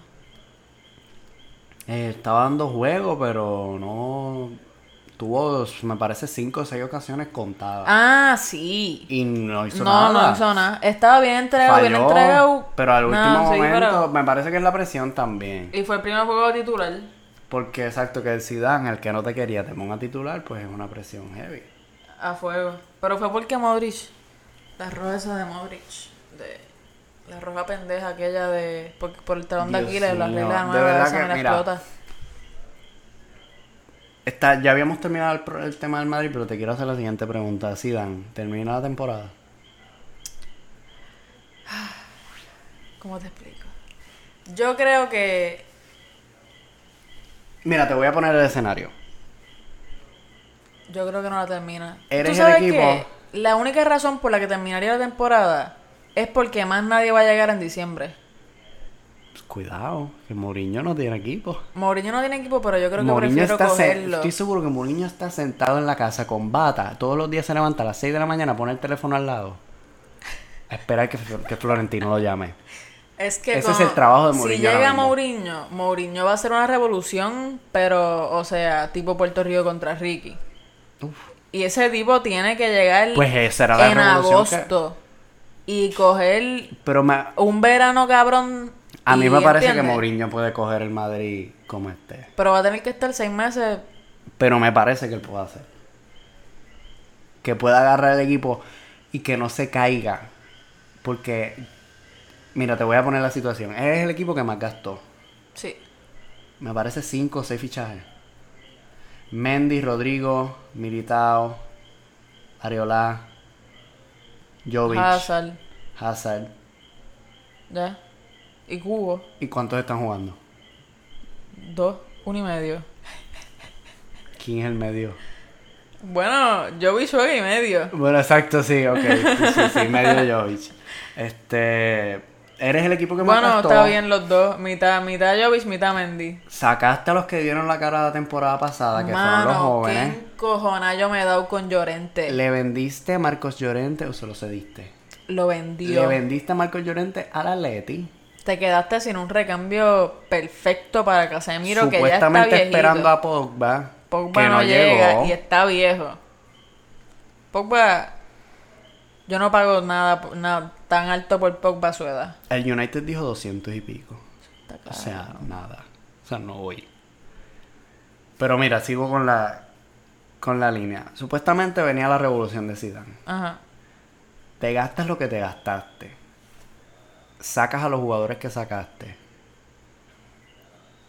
Speaker 2: Eh, estaba dando juego, pero no. Tuvo, me parece, cinco o seis ocasiones contadas.
Speaker 1: Ah, sí.
Speaker 2: Y no hizo
Speaker 1: No,
Speaker 2: nada.
Speaker 1: no hizo nada. Estaba bien entregado, bien
Speaker 2: Falló,
Speaker 1: entregado.
Speaker 2: Pero al último
Speaker 1: No, sí,
Speaker 2: momento,
Speaker 1: pero-
Speaker 2: me parece que es la presión también.
Speaker 1: Y fue el primer juego titular.
Speaker 2: Porque exacto, que el Zidane, el que no te quería, te ponga a titular, pues es una presión heavy.
Speaker 1: A fuego. Pero fue porque Modric. La roja esa de Modric. De, la roja pendeja aquella de. Por, por el talón de
Speaker 2: Dios
Speaker 1: Aquiles, la
Speaker 2: mío,
Speaker 1: regla
Speaker 2: de
Speaker 1: nueva
Speaker 2: verdad
Speaker 1: esa
Speaker 2: que,
Speaker 1: me la
Speaker 2: mira.
Speaker 1: explota.
Speaker 2: Está, ya habíamos terminado el, pro- el tema del Madrid, pero te quiero hacer la siguiente pregunta. Zidane, ¿termina la temporada?
Speaker 1: ¿Cómo te explico? Yo creo que.
Speaker 2: Mira, te voy a poner el escenario.
Speaker 1: Yo creo que no la termina.
Speaker 2: Eres
Speaker 1: ¿Tú
Speaker 2: el
Speaker 1: sabes
Speaker 2: equipo.
Speaker 1: qué? la única razón por la que terminaría la temporada es porque más nadie va a llegar en diciembre.
Speaker 2: Pues, cuidado, que Mourinho no tiene equipo.
Speaker 1: Mourinho no tiene equipo, pero yo creo que
Speaker 2: Mourinho
Speaker 1: prefiero
Speaker 2: está se-
Speaker 1: cogerlo.
Speaker 2: Estoy seguro que Mourinho está sentado en la casa con bata. Todos los días se levanta a las 6 de la mañana, pone el teléfono al lado. A esperar que, que Florentino lo llame.
Speaker 1: Es que
Speaker 2: Ese es
Speaker 1: cuando-
Speaker 2: el trabajo de
Speaker 1: Si
Speaker 2: Mourinho
Speaker 1: llega
Speaker 2: ahora mismo.
Speaker 1: Mourinho, Mourinho va a hacer una revolución, pero, o sea, tipo Puerto Rico contra Ricky. Y ese tipo tiene que llegar
Speaker 2: Pues esa era la
Speaker 1: en
Speaker 2: revolución que-
Speaker 1: agosto y coger
Speaker 2: Pero me-
Speaker 1: un verano cabrón.
Speaker 2: a mí
Speaker 1: y-
Speaker 2: me parece que
Speaker 1: ¿entiendes?
Speaker 2: Mourinho puede coger el Madrid como esté.
Speaker 1: Pero va a tener que estar seis meses.
Speaker 2: Pero me parece que él puede hacer. Que pueda agarrar el equipo y que no se caiga. Porque, mira, te voy a poner la situación. Es el equipo que más gastó.
Speaker 1: Sí.
Speaker 2: Me parece 5 o 6 fichajes. Mendy, Rodrigo, Militao, Areola, Jovic, Hazard.
Speaker 1: Hazard, ya. Y Cubo,
Speaker 2: ¿Y cuántos están jugando?
Speaker 1: dos, uno y medio.
Speaker 2: ¿Quién es el medio?
Speaker 1: Bueno, yo vi juega y medio.
Speaker 2: Bueno, exacto, sí, ok. Sí, sí, sí, medio Jovic. Este. Eres el equipo que más
Speaker 1: Bueno,
Speaker 2: gastó.
Speaker 1: está bien los dos. Mitad, mitad Jovic, mitad Mendy.
Speaker 2: Sacaste a los que dieron la cara la temporada pasada, que fueron los
Speaker 1: Mano, qué
Speaker 2: jóvenes.
Speaker 1: encojona yo me he dado con Llorente.
Speaker 2: ¿Le vendiste a Marcos Llorente o se lo cediste?
Speaker 1: Lo
Speaker 2: ¿Le
Speaker 1: vendió.
Speaker 2: vendiste a Marcos Llorente a la Leti?
Speaker 1: Te quedaste sin un recambio perfecto para Casemiro, que ya está
Speaker 2: Supuestamente
Speaker 1: viejito.
Speaker 2: esperando a Pogba.
Speaker 1: Pogba
Speaker 2: que
Speaker 1: no,
Speaker 2: no,
Speaker 1: llega
Speaker 2: llegó.
Speaker 1: y está viejo. Pogba, yo no pago nada, po- nada tan alto por Pogba a su edad.
Speaker 2: El United dijo 200 y pico.
Speaker 1: Está
Speaker 2: O
Speaker 1: claro.
Speaker 2: sea, nada. O sea, no voy. Pero mira, sigo con la con la línea. Supuestamente venía la revolución de Zidane.
Speaker 1: Ajá.
Speaker 2: Te gastas lo que te gastaste. Sacas a los jugadores que sacaste.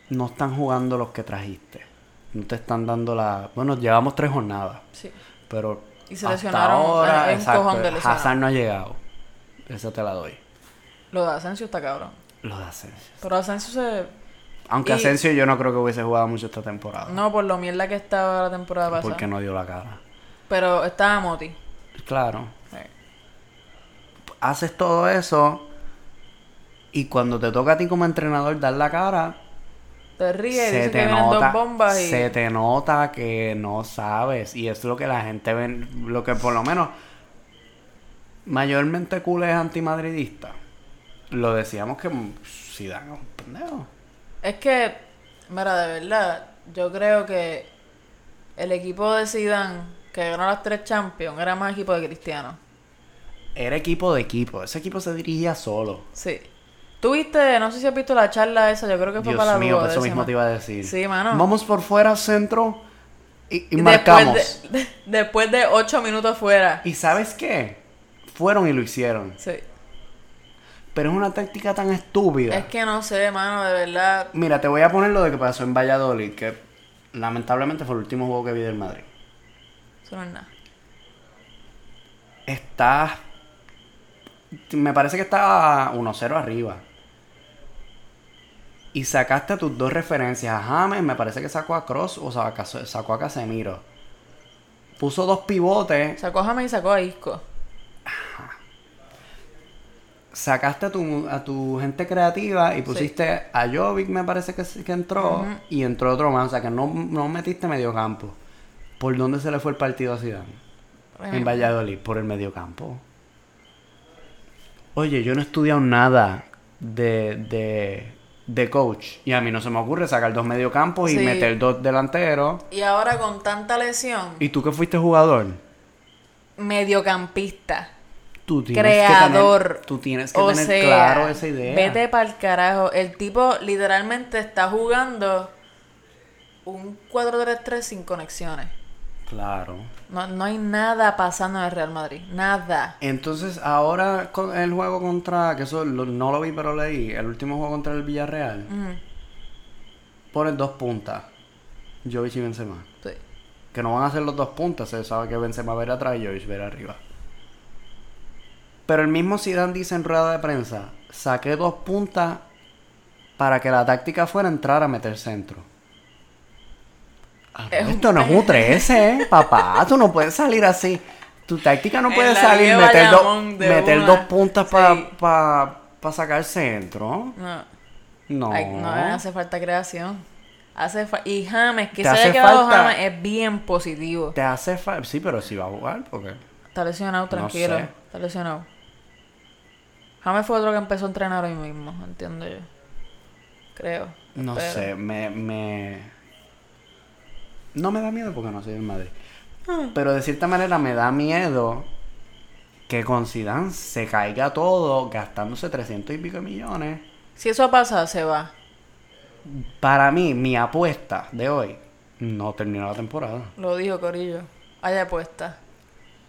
Speaker 2: No están jugando los que trajiste. No te están dando la. Bueno, llevamos tres jornadas.
Speaker 1: Sí.
Speaker 2: Pero.
Speaker 1: Y se
Speaker 2: hasta
Speaker 1: lesionaron,
Speaker 2: Ahora,
Speaker 1: hay un
Speaker 2: exacto,
Speaker 1: cojón de lesionados.
Speaker 2: Hazard no ha llegado. Esa te la doy.
Speaker 1: Lo de Asensio está cabrón.
Speaker 2: Lo de Asensio.
Speaker 1: Pero Asensio se...
Speaker 2: Aunque
Speaker 1: Y-
Speaker 2: Asensio yo no creo que hubiese jugado mucho esta temporada.
Speaker 1: No, por lo mierda que estaba la temporada pasada.
Speaker 2: porque no dio la cara.
Speaker 1: Pero estaba Moti.
Speaker 2: Claro.
Speaker 1: Sí.
Speaker 2: Haces todo eso. Y cuando te toca a ti como entrenador dar la cara,
Speaker 1: Te ríes,
Speaker 2: se
Speaker 1: dice que
Speaker 2: te,
Speaker 1: vienen
Speaker 2: nota,
Speaker 1: dos bombas y...
Speaker 2: se te nota que no sabes. Y es lo que la gente ve, lo que por lo menos mayormente cool es antimadridista. Lo decíamos que mm, Zidane es un pendejo.
Speaker 1: Es que, mira, de verdad, yo creo que el equipo de Zidane, que ganó las tres Champions, era más equipo de Cristiano.
Speaker 2: Era equipo de equipo. Ese equipo se dirigía solo.
Speaker 1: Sí. Tuviste, no sé si has visto la charla esa, yo creo que fue para la
Speaker 2: Dios mío, por eso
Speaker 1: duodécima.
Speaker 2: mismo te iba a decir.
Speaker 1: Sí, mano.
Speaker 2: Vamos por fuera, centro y, y
Speaker 1: Y
Speaker 2: marcamos.
Speaker 1: Después de, de- después de ocho minutos fuera.
Speaker 2: ¿Y sabes qué? Fueron y lo hicieron.
Speaker 1: Sí.
Speaker 2: Pero es una táctica tan estúpida.
Speaker 1: Es que no sé, mano, de verdad.
Speaker 2: Mira, te voy a poner lo de que pasó en Valladolid, que lamentablemente fue el último juego que vi del Madrid.
Speaker 1: Eso no es nada.
Speaker 2: Está. Me parece que está 1-0 arriba. Y sacaste a tus dos referencias. A James, me parece que sacó a Cross o saca- sacó a Casemiro. Puso dos pivotes.
Speaker 1: Sacó a James y sacó a Isco.
Speaker 2: Sacaste a tu, a tu gente creativa y pusiste a Jovic, me parece que, sí- que entró. Y entró otro más. O sea que no, no metiste medio campo. ¿Por dónde se le fue el partido a Zidane? en Valladolid por el mediocampo. Oye, yo no he estudiado nada de, de, de coach y a mí no se me ocurre sacar dos mediocampos y
Speaker 1: Sí.
Speaker 2: meter dos delanteros.
Speaker 1: Y ahora con tanta lesión,
Speaker 2: ¿Y tú que fuiste jugador?
Speaker 1: mediocampista.
Speaker 2: Tú tienes que
Speaker 1: creador.
Speaker 2: tener, tú tienes que
Speaker 1: O
Speaker 2: tener
Speaker 1: sea,
Speaker 2: claro esa idea.
Speaker 1: Vete para el carajo. El tipo literalmente está jugando un 4-3-3 sin conexiones.
Speaker 2: Claro.
Speaker 1: No, no hay nada pasando en el Real Madrid. Nada.
Speaker 2: Entonces, ahora con el juego contra, que eso lo- no lo vi pero leí, el último juego contra el Villarreal,
Speaker 1: Ujú,
Speaker 2: pones dos puntas. Jovic y Benzema.
Speaker 1: sí.
Speaker 2: Que no van a ser los dos puntos. Se sabe que Benzema va a ir atrás y Jovic va a ir arriba. Pero el mismo Zidane dice en rueda de prensa, saqué dos puntas para que la táctica fuera entrar a meter centro. Ah, no,
Speaker 1: Es un-
Speaker 2: Esto no es un 13, ¿eh? papá. Tú no puedes salir así. Tu táctica no
Speaker 1: En
Speaker 2: puede
Speaker 1: la
Speaker 2: salir
Speaker 1: Liga
Speaker 2: meter, dos-
Speaker 1: Bayamón de
Speaker 2: meter
Speaker 1: una.
Speaker 2: dos puntas para
Speaker 1: Sí.
Speaker 2: sacar centro.
Speaker 1: No,
Speaker 2: No.
Speaker 1: Ay, no, hace falta creación. Hace fa- y James, que
Speaker 2: Te
Speaker 1: se
Speaker 2: hace
Speaker 1: haya quedado
Speaker 2: falta-
Speaker 1: James, es bien positivo.
Speaker 2: Te hace falta. Sí, pero si va a jugar, porque.
Speaker 1: Está lesionado, tranquilo.
Speaker 2: sé.
Speaker 1: Está lesionado. James fue otro que empezó a entrenar hoy mismo, entiendo yo. Creo.
Speaker 2: No
Speaker 1: Pero-
Speaker 2: sé, me, me... No me da miedo porque no soy del Madrid. Pero de cierta manera me da miedo que con Zidane se caiga todo gastándose 300 y pico de millones.
Speaker 1: Si eso pasa, se va.
Speaker 2: Para mí, mi apuesta de hoy no terminó la temporada.
Speaker 1: Lo dijo Corillo. Hay apuesta.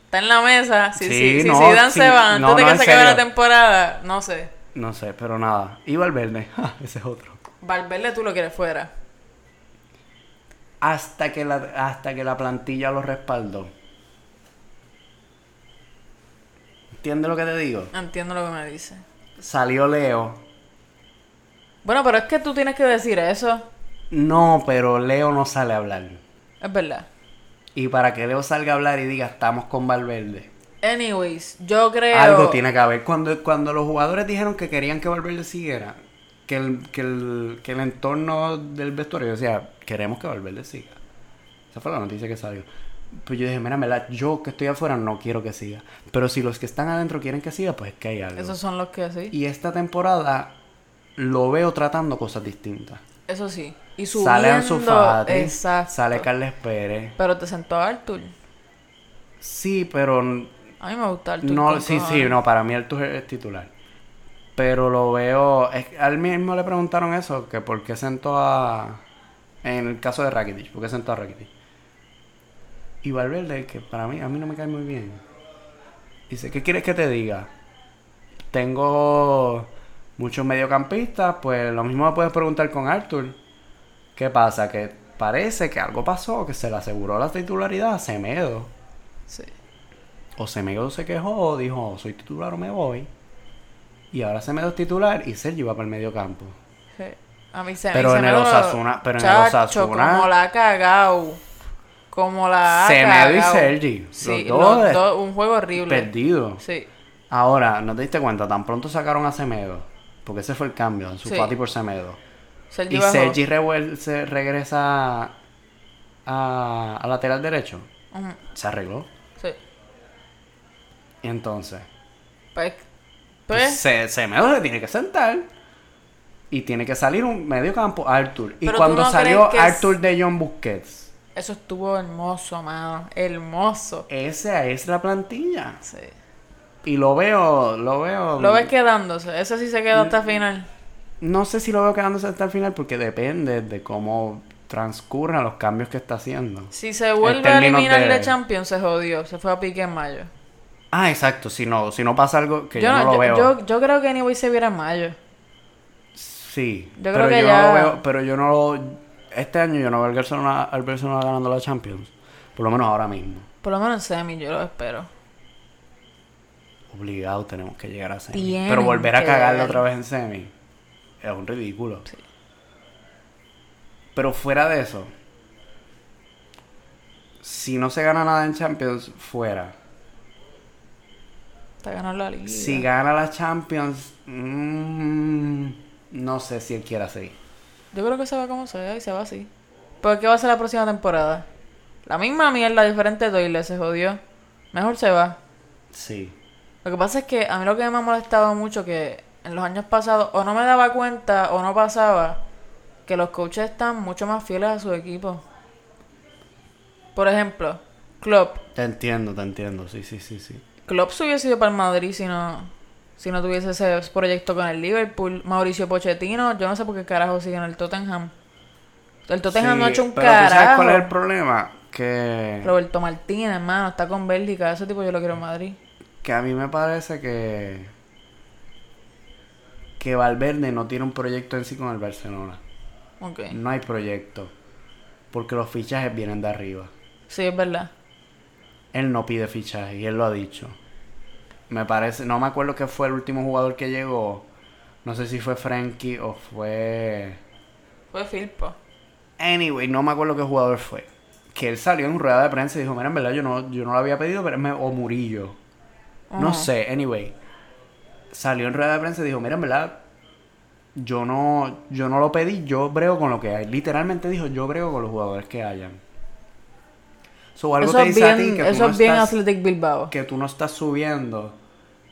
Speaker 1: Está en la mesa. Si,
Speaker 2: Sí,
Speaker 1: si, si
Speaker 2: no,
Speaker 1: Zidane
Speaker 2: sí,
Speaker 1: se va antes
Speaker 2: no,
Speaker 1: de
Speaker 2: no,
Speaker 1: que
Speaker 2: en
Speaker 1: se acabe
Speaker 2: serio.
Speaker 1: la temporada, no sé.
Speaker 2: No sé, pero nada. Y Valverde, ja, ese es otro.
Speaker 1: Valverde tú lo quieres fuera.
Speaker 2: Hasta que la, hasta que la plantilla lo respaldó. ¿Entiendes lo que te digo?
Speaker 1: Entiendo lo que me dice.
Speaker 2: Salió Leo,
Speaker 1: Bueno, pero es que tú tienes que decir eso.
Speaker 2: No, pero Leo no sale a hablar.
Speaker 1: Es verdad.
Speaker 2: Y para que Leo salga a hablar y diga, estamos con Valverde,
Speaker 1: Anyways, yo creo.
Speaker 2: Algo tiene que haber. Cuando, cuando los jugadores dijeron que querían que Valverde siguiera, que el, que el, que el entorno del vestuario decía, queremos que Valverde siga. Esa fue la noticia que salió. Pues yo dije, mira, mela, yo que estoy afuera no quiero que siga. Pero si los que están adentro quieren que siga, pues es que hay algo.
Speaker 1: Esos son los que sí.
Speaker 2: Y esta temporada lo veo tratando cosas distintas.
Speaker 1: Eso sí. Y subiendo.
Speaker 2: Sale Ansu Fati,
Speaker 1: Exacto.
Speaker 2: sale Carles Pérez.
Speaker 1: Pero te sentó Arthur.
Speaker 2: Sí, pero n-
Speaker 1: A mí me gusta Arthur.
Speaker 2: no,
Speaker 1: con
Speaker 2: sí, sí,
Speaker 1: cojones.
Speaker 2: no, para mí Artur es titular. Pero lo veo, es, al mismo le preguntaron eso, que por qué sentó a, en el caso de Rakitic, por qué sentó a Rakitic. Y Valverde, que para mí, a mí no me cae muy bien. Dice, ¿qué quieres que te diga? Tengo muchos mediocampistas, pues lo mismo me puedes preguntar con Arthur. ¿Qué pasa? Que parece que algo pasó, que se le aseguró la titularidad a Semedo.
Speaker 1: Sí.
Speaker 2: O Semedo se quejó, dijo, "Oh, soy titular o me voy. Y ahora Semedo es titular y Sergio va para el medio campo.
Speaker 1: Sí. A mí se
Speaker 2: Pero
Speaker 1: a mí
Speaker 2: en
Speaker 1: se
Speaker 2: el
Speaker 1: me lo-
Speaker 2: Osasuna- pero en el
Speaker 1: Chacho,
Speaker 2: Osasuna-
Speaker 1: Como la ha cagado. Como la ha
Speaker 2: Semedo y
Speaker 1: cagao.
Speaker 2: Sergi.
Speaker 1: Sí,
Speaker 2: los dos,
Speaker 1: los dos, un juego horrible.
Speaker 2: perdidos.
Speaker 1: Sí.
Speaker 2: Ahora, ¿no te diste cuenta? Tan pronto sacaron a Semedo. Porque ese fue el cambio, en su
Speaker 1: Sí.
Speaker 2: por Semedo.
Speaker 1: Sergi
Speaker 2: Y
Speaker 1: bajó.
Speaker 2: Sergi revuel- se regresa a, a lateral derecho.
Speaker 1: Ujú,
Speaker 2: Se arregló.
Speaker 1: Sí.
Speaker 2: Y entonces,
Speaker 1: Pues,
Speaker 2: pues,
Speaker 1: pues,
Speaker 2: se, Semedo se tiene que sentar. Y tiene que salir un medio campo Arthur. Y
Speaker 1: Pero tú
Speaker 2: cuando
Speaker 1: no
Speaker 2: salió
Speaker 1: crees que es-
Speaker 2: Arthur de John Busquets.
Speaker 1: eso estuvo hermoso, mano. Hermoso.
Speaker 2: Esa es la plantilla.
Speaker 1: Sí.
Speaker 2: Y lo veo, lo veo.
Speaker 1: Lo ves quedándose. Eso sí se quedó
Speaker 2: Mm.
Speaker 1: hasta final.
Speaker 2: No sé si lo veo quedándose hasta el final porque depende de cómo transcurran los cambios que está haciendo.
Speaker 1: Si se vuelve a
Speaker 2: términos
Speaker 1: eliminar de...
Speaker 2: de-
Speaker 1: Champions, se jodió. Se fue a pique en mayo.
Speaker 2: Ah, exacto. Si no, si no pasa algo que yo,
Speaker 1: no-
Speaker 2: no lo veo.
Speaker 1: Yo, yo creo que Anyway se viera en mayo.
Speaker 2: sí.
Speaker 1: yo creo
Speaker 2: pero
Speaker 1: que
Speaker 2: yo
Speaker 1: ya-
Speaker 2: no lo veo. Pero yo no lo. Este año yo no veo al Barcelona, al Barcelona ganando la Champions. Por lo menos ahora mismo.
Speaker 1: Por lo menos en semi, yo lo espero.
Speaker 2: Obligado tenemos que llegar a semi.
Speaker 1: Tienen
Speaker 2: pero volver a
Speaker 1: que
Speaker 2: cagarla
Speaker 1: llegar.
Speaker 2: otra vez en semi es un ridículo. Pero fuera de eso, si no se gana nada en Champions, fuera.
Speaker 1: Está ganando la liga.
Speaker 2: Si gana la Champions, mm, no sé si él quiera seguir.
Speaker 1: Yo creo que se va como sea y se va así. ¿Pero qué va a ser la próxima temporada? La misma mierda, diferente Doyle, se jodió. Mejor se va.
Speaker 2: Sí.
Speaker 1: Lo que pasa es que a mí lo que me ha molestado mucho que en los años pasados o no me daba cuenta o no pasaba que los coaches están mucho más fieles a su equipo. Por ejemplo, Klopp.
Speaker 2: Te entiendo, te entiendo. Sí, sí, sí, sí.
Speaker 1: Klopp se hubiese ido para el Madrid si no, si no tuviese ese proyecto con el Liverpool. Mauricio Pochettino, yo no sé por qué carajo sigue en el Tottenham. El Tottenham
Speaker 2: Sí,
Speaker 1: no ha hecho un
Speaker 2: pero ¿tú ¿Sabes
Speaker 1: carajo.
Speaker 2: cuál es el problema? Que,
Speaker 1: Roberto Martínez, hermano, está con Bélgica. Ese tipo yo lo quiero en Madrid.
Speaker 2: que a mí me parece que. Que Valverde no tiene un proyecto en sí con el Barcelona.
Speaker 1: Ok.
Speaker 2: No hay proyecto. Porque los fichajes vienen de arriba.
Speaker 1: Sí, es verdad.
Speaker 2: Él no pide fichaje y él lo ha dicho. Me parece, no me acuerdo que fue el último jugador que llegó. No sé si fue Frankie o fue.
Speaker 1: Fue Filpo.
Speaker 2: Anyway, no me acuerdo qué jugador fue. Que él salió en rueda de prensa y dijo: Mira, en verdad yo no, yo no lo había pedido, pero me... o Murillo. No
Speaker 1: Ajá.
Speaker 2: sé, anyway. Salió en rueda de prensa y dijo: Mira, en verdad yo no, yo no lo pedí, yo brego con lo que hay. Literalmente dijo: Yo brego con los jugadores que hayan. So, algo
Speaker 1: Eso
Speaker 2: te
Speaker 1: es
Speaker 2: dice a
Speaker 1: bien,
Speaker 2: ti que tú
Speaker 1: eso
Speaker 2: no
Speaker 1: es bien
Speaker 2: estás-
Speaker 1: Athletic Bilbao.
Speaker 2: que tú no estás subiendo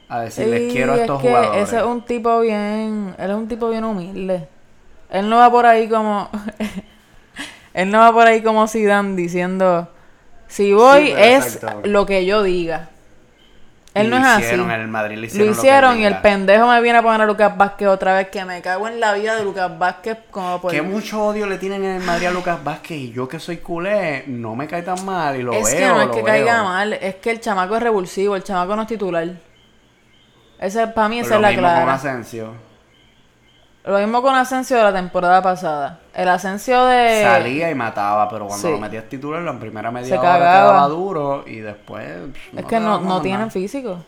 Speaker 2: a decirles
Speaker 1: Y
Speaker 2: quiero a
Speaker 1: es
Speaker 2: estos
Speaker 1: que
Speaker 2: jugadores.
Speaker 1: Ese es un tipo bien, él es un tipo bien humilde. Él no va por ahí como, él no va por ahí como Zidane diciendo, si voy
Speaker 2: pero
Speaker 1: es
Speaker 2: exacto.
Speaker 1: lo que yo diga. Él
Speaker 2: Y
Speaker 1: no
Speaker 2: lo
Speaker 1: es así.
Speaker 2: hicieron, en el Madrid le
Speaker 1: Lo
Speaker 2: hicieron. lo que
Speaker 1: hicieron y
Speaker 2: diga.
Speaker 1: el pendejo me viene a poner a Lucas Vázquez otra vez, que me cago en la vida de Lucas Vázquez como por
Speaker 2: Que mucho odio le tienen en el Madrid a Lucas Vázquez y yo que soy culé, no me cae tan mal y lo
Speaker 1: es
Speaker 2: veo.
Speaker 1: que no es
Speaker 2: lo
Speaker 1: que
Speaker 2: veo.
Speaker 1: caiga mal, es que el chamaco es revulsivo, el chamaco no es titular. Ese, para mí
Speaker 2: Pero
Speaker 1: esa
Speaker 2: lo
Speaker 1: es la
Speaker 2: mismo con
Speaker 1: clara.
Speaker 2: Asensio.
Speaker 1: Lo mismo con Asensio de la temporada pasada. El Asensio de...
Speaker 2: Salía y mataba, pero cuando
Speaker 1: Eh, sí.
Speaker 2: lo metías titular, la primera media
Speaker 1: Se
Speaker 2: hora te
Speaker 1: cagaba.
Speaker 2: daba duro y después. pff,
Speaker 1: es
Speaker 2: te
Speaker 1: que no,
Speaker 2: daba
Speaker 1: no
Speaker 2: más
Speaker 1: tienen
Speaker 2: nada.
Speaker 1: físico.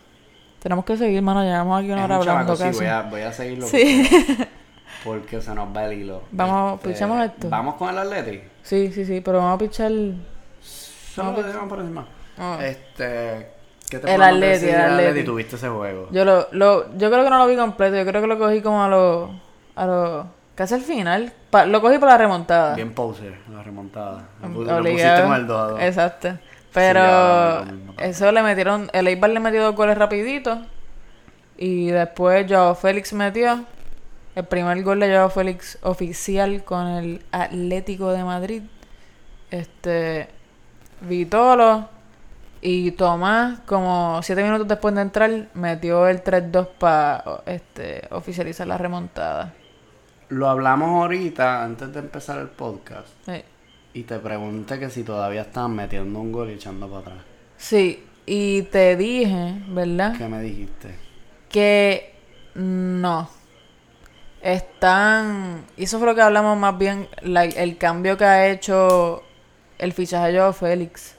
Speaker 1: Tenemos que seguir, mano. Llevamos aquí
Speaker 2: Es
Speaker 1: una
Speaker 2: un
Speaker 1: hora hablando
Speaker 2: chamaco, sí,
Speaker 1: casi.
Speaker 2: voy a, voy a seguirlo
Speaker 1: Sí.
Speaker 2: porque se nos va el hilo. Este,
Speaker 1: Vamos, pichamos esto.
Speaker 2: Vamos con el Atleti.
Speaker 1: sí, sí, sí. Pero vamos a pichar...
Speaker 2: Solo te digo por encima.
Speaker 1: Ah.
Speaker 2: Este. ¿Qué te
Speaker 1: El
Speaker 2: podemos
Speaker 1: Atleti,
Speaker 2: decir
Speaker 1: el
Speaker 2: del
Speaker 1: Atleti.
Speaker 2: Atleti? Tuviste ese juego.
Speaker 1: Yo lo, lo- yo creo que no lo vi completo, yo creo que lo cogí como a lo, a lo, casi al final, Pa- lo cogí para la remontada.
Speaker 2: Bien poser, la remontada. Lo, pu- lo
Speaker 1: Ah.
Speaker 2: pusiste
Speaker 1: Mm, Obligado.
Speaker 2: con el 2 a 2.
Speaker 1: Exacto.
Speaker 2: Sí,
Speaker 1: Pero
Speaker 2: ahora lo mismo.
Speaker 1: eso le metieron, el Eibar le metió dos goles rapidito y después Joao Félix metió el primer gol de Joao Félix oficial con el Atlético de Madrid. Este Vitolo y Tomás como siete minutos después de entrar metió el 3-2 para este oficializar la remontada.
Speaker 2: Lo hablamos ahorita, antes de empezar el podcast.
Speaker 1: Sí.
Speaker 2: Y te pregunté que si todavía estaban metiendo un gol y echando para atrás.
Speaker 1: Sí, y te dije, ¿verdad?
Speaker 2: ¿Qué me dijiste?
Speaker 1: que no están y eso fue lo que hablamos más bien like, el cambio que ha hecho el fichaje de Joao Félix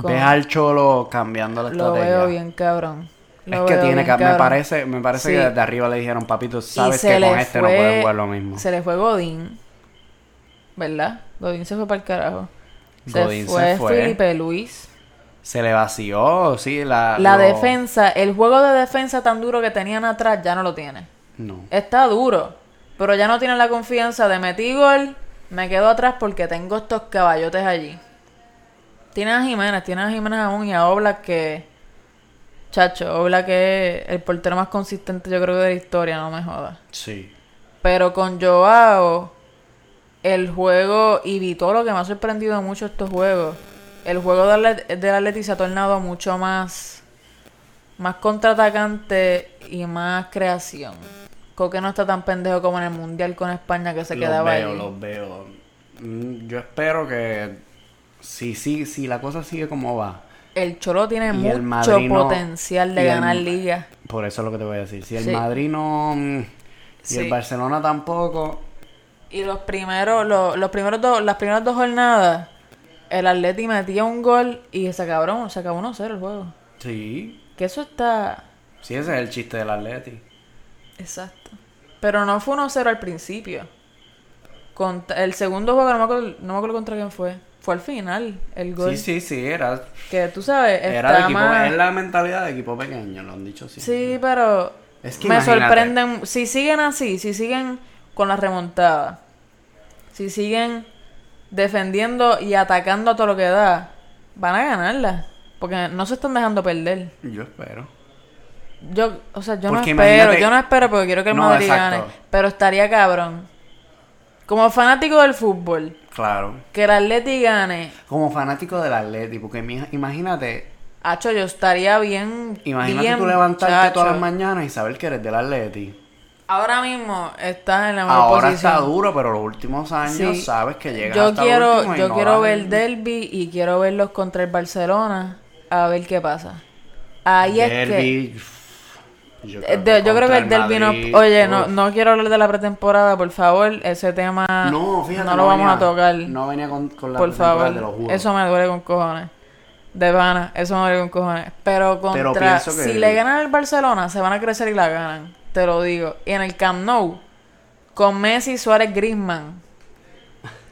Speaker 1: Con-
Speaker 2: Ves al Cholo cambiando la
Speaker 1: lo
Speaker 2: estrategia.
Speaker 1: veo bien cabrón
Speaker 2: es
Speaker 1: Lo
Speaker 2: que
Speaker 1: veo
Speaker 2: tiene
Speaker 1: bien
Speaker 2: que, me
Speaker 1: cabrón.
Speaker 2: parece, me parece que
Speaker 1: Sí.
Speaker 2: desde arriba le dijeron, papito,
Speaker 1: Y
Speaker 2: sabes
Speaker 1: se
Speaker 2: que con
Speaker 1: le
Speaker 2: este no
Speaker 1: fue-
Speaker 2: puedes jugar lo mismo.
Speaker 1: se le fue Godín ¿verdad? Godín se fue para el carajo se
Speaker 2: Godín se
Speaker 1: fue
Speaker 2: fue.
Speaker 1: Felipe Luis
Speaker 2: Se le vació, sí, la...
Speaker 1: la
Speaker 2: Ah, lo-
Speaker 1: defensa el juego de defensa tan duro que tenían atrás ya no lo tiene
Speaker 2: No.
Speaker 1: Está duro, pero ya no tiene la confianza de metí gol, me quedo atrás porque tengo estos caballotes allí. Tienen a Jiménez, tienen a Jiménez aún y a Oblak que... Chacho, Oblak que es el portero más consistente yo creo de la historia, no me jodas.
Speaker 2: Sí.
Speaker 1: Pero con Joao, el juego y Vitolo, que me ha sorprendido mucho estos juegos, el juego del Atlet- del Atleti se ha tornado mucho más, más contraatacante y más creación. Coque no está tan pendejo como en el Mundial con España que se
Speaker 2: Los
Speaker 1: quedaba
Speaker 2: veo,
Speaker 1: ahí.
Speaker 2: los veo. Mm, Yo espero que... Si, si, si la cosa sigue como va.
Speaker 1: El Cholo tiene
Speaker 2: Y el
Speaker 1: mucho
Speaker 2: Madrid no-
Speaker 1: potencial de
Speaker 2: y el-
Speaker 1: ganar liga.
Speaker 2: Por eso es lo que te voy a decir. Si el
Speaker 1: Sí.
Speaker 2: Madrid no... mm, Y
Speaker 1: Sí.
Speaker 2: el Barcelona tampoco.
Speaker 1: Y los primeros, los, los primeros dos, las primeras dos jornadas, el Atleti metía un gol y se acabó, se acabó 1-0 el juego.
Speaker 2: Sí.
Speaker 1: Que eso está.
Speaker 2: Sí, ese es el chiste del Atleti.
Speaker 1: Exacto. Pero no fue 1-0 al principio. Contra- el segundo juego, no me, acuerdo, no me acuerdo contra quién fue. Fue al final el gol.
Speaker 2: Sí, sí, sí, era...
Speaker 1: Que tú sabes,
Speaker 2: Era de
Speaker 1: está
Speaker 2: equipo,
Speaker 1: más-
Speaker 2: es la mentalidad de equipo pequeño, lo han dicho siempre.
Speaker 1: Sí, pero
Speaker 2: Es que
Speaker 1: me
Speaker 2: imagínate.
Speaker 1: sorprenden. Si siguen así, si siguen con la remontada, si siguen defendiendo y atacando a todo lo que da, van a ganarla. Porque no se están dejando perder.
Speaker 2: Yo espero.
Speaker 1: Yo, o sea, yo
Speaker 2: Porque
Speaker 1: no espero,
Speaker 2: imagínate-
Speaker 1: yo no espero porque quiero que el
Speaker 2: No,
Speaker 1: Madrid
Speaker 2: exacto.
Speaker 1: gane, pero estaría cabrón. Como fanático del fútbol,
Speaker 2: Claro.
Speaker 1: que el Atleti gane,
Speaker 2: Como fanático del Atleti, porque mi- imagínate,
Speaker 1: hacho, yo estaría bien.
Speaker 2: imagínate
Speaker 1: bien,
Speaker 2: tú levantarte
Speaker 1: chacho.
Speaker 2: todas las mañanas y saber que eres del Atleti.
Speaker 1: Ahora mismo estás en la mejor
Speaker 2: Ahora
Speaker 1: posición.
Speaker 2: está duro, pero los últimos años
Speaker 1: Sí.
Speaker 2: sabes que llegas
Speaker 1: yo
Speaker 2: hasta el
Speaker 1: quiero,
Speaker 2: último y
Speaker 1: yo
Speaker 2: no
Speaker 1: quiero
Speaker 2: vas-
Speaker 1: ver el derby y quiero verlos contra el Barcelona a ver qué pasa. Ahí es que
Speaker 2: Derbi, Yo
Speaker 1: Eh, de- yo creo que
Speaker 2: contra
Speaker 1: el derby no.
Speaker 2: Madrid,
Speaker 1: Oye, no,
Speaker 2: uf.
Speaker 1: no quiero hablar de la pretemporada, por favor. Ese tema
Speaker 2: No, fíjate,
Speaker 1: no lo vamos
Speaker 2: venía-
Speaker 1: a tocar.
Speaker 2: No venía con, con la
Speaker 1: por
Speaker 2: pretemporada,
Speaker 1: favor.
Speaker 2: te lo juro.
Speaker 1: Eso me duele con cojones. De vana, eso me duele con cojones. Pero
Speaker 2: Pero
Speaker 1: contra.
Speaker 2: pienso que-
Speaker 1: Si le ganan al Barcelona, se van a crecer y la ganan. Te lo digo. Y en el Camp Nou, con Messi, Suárez, Grisman.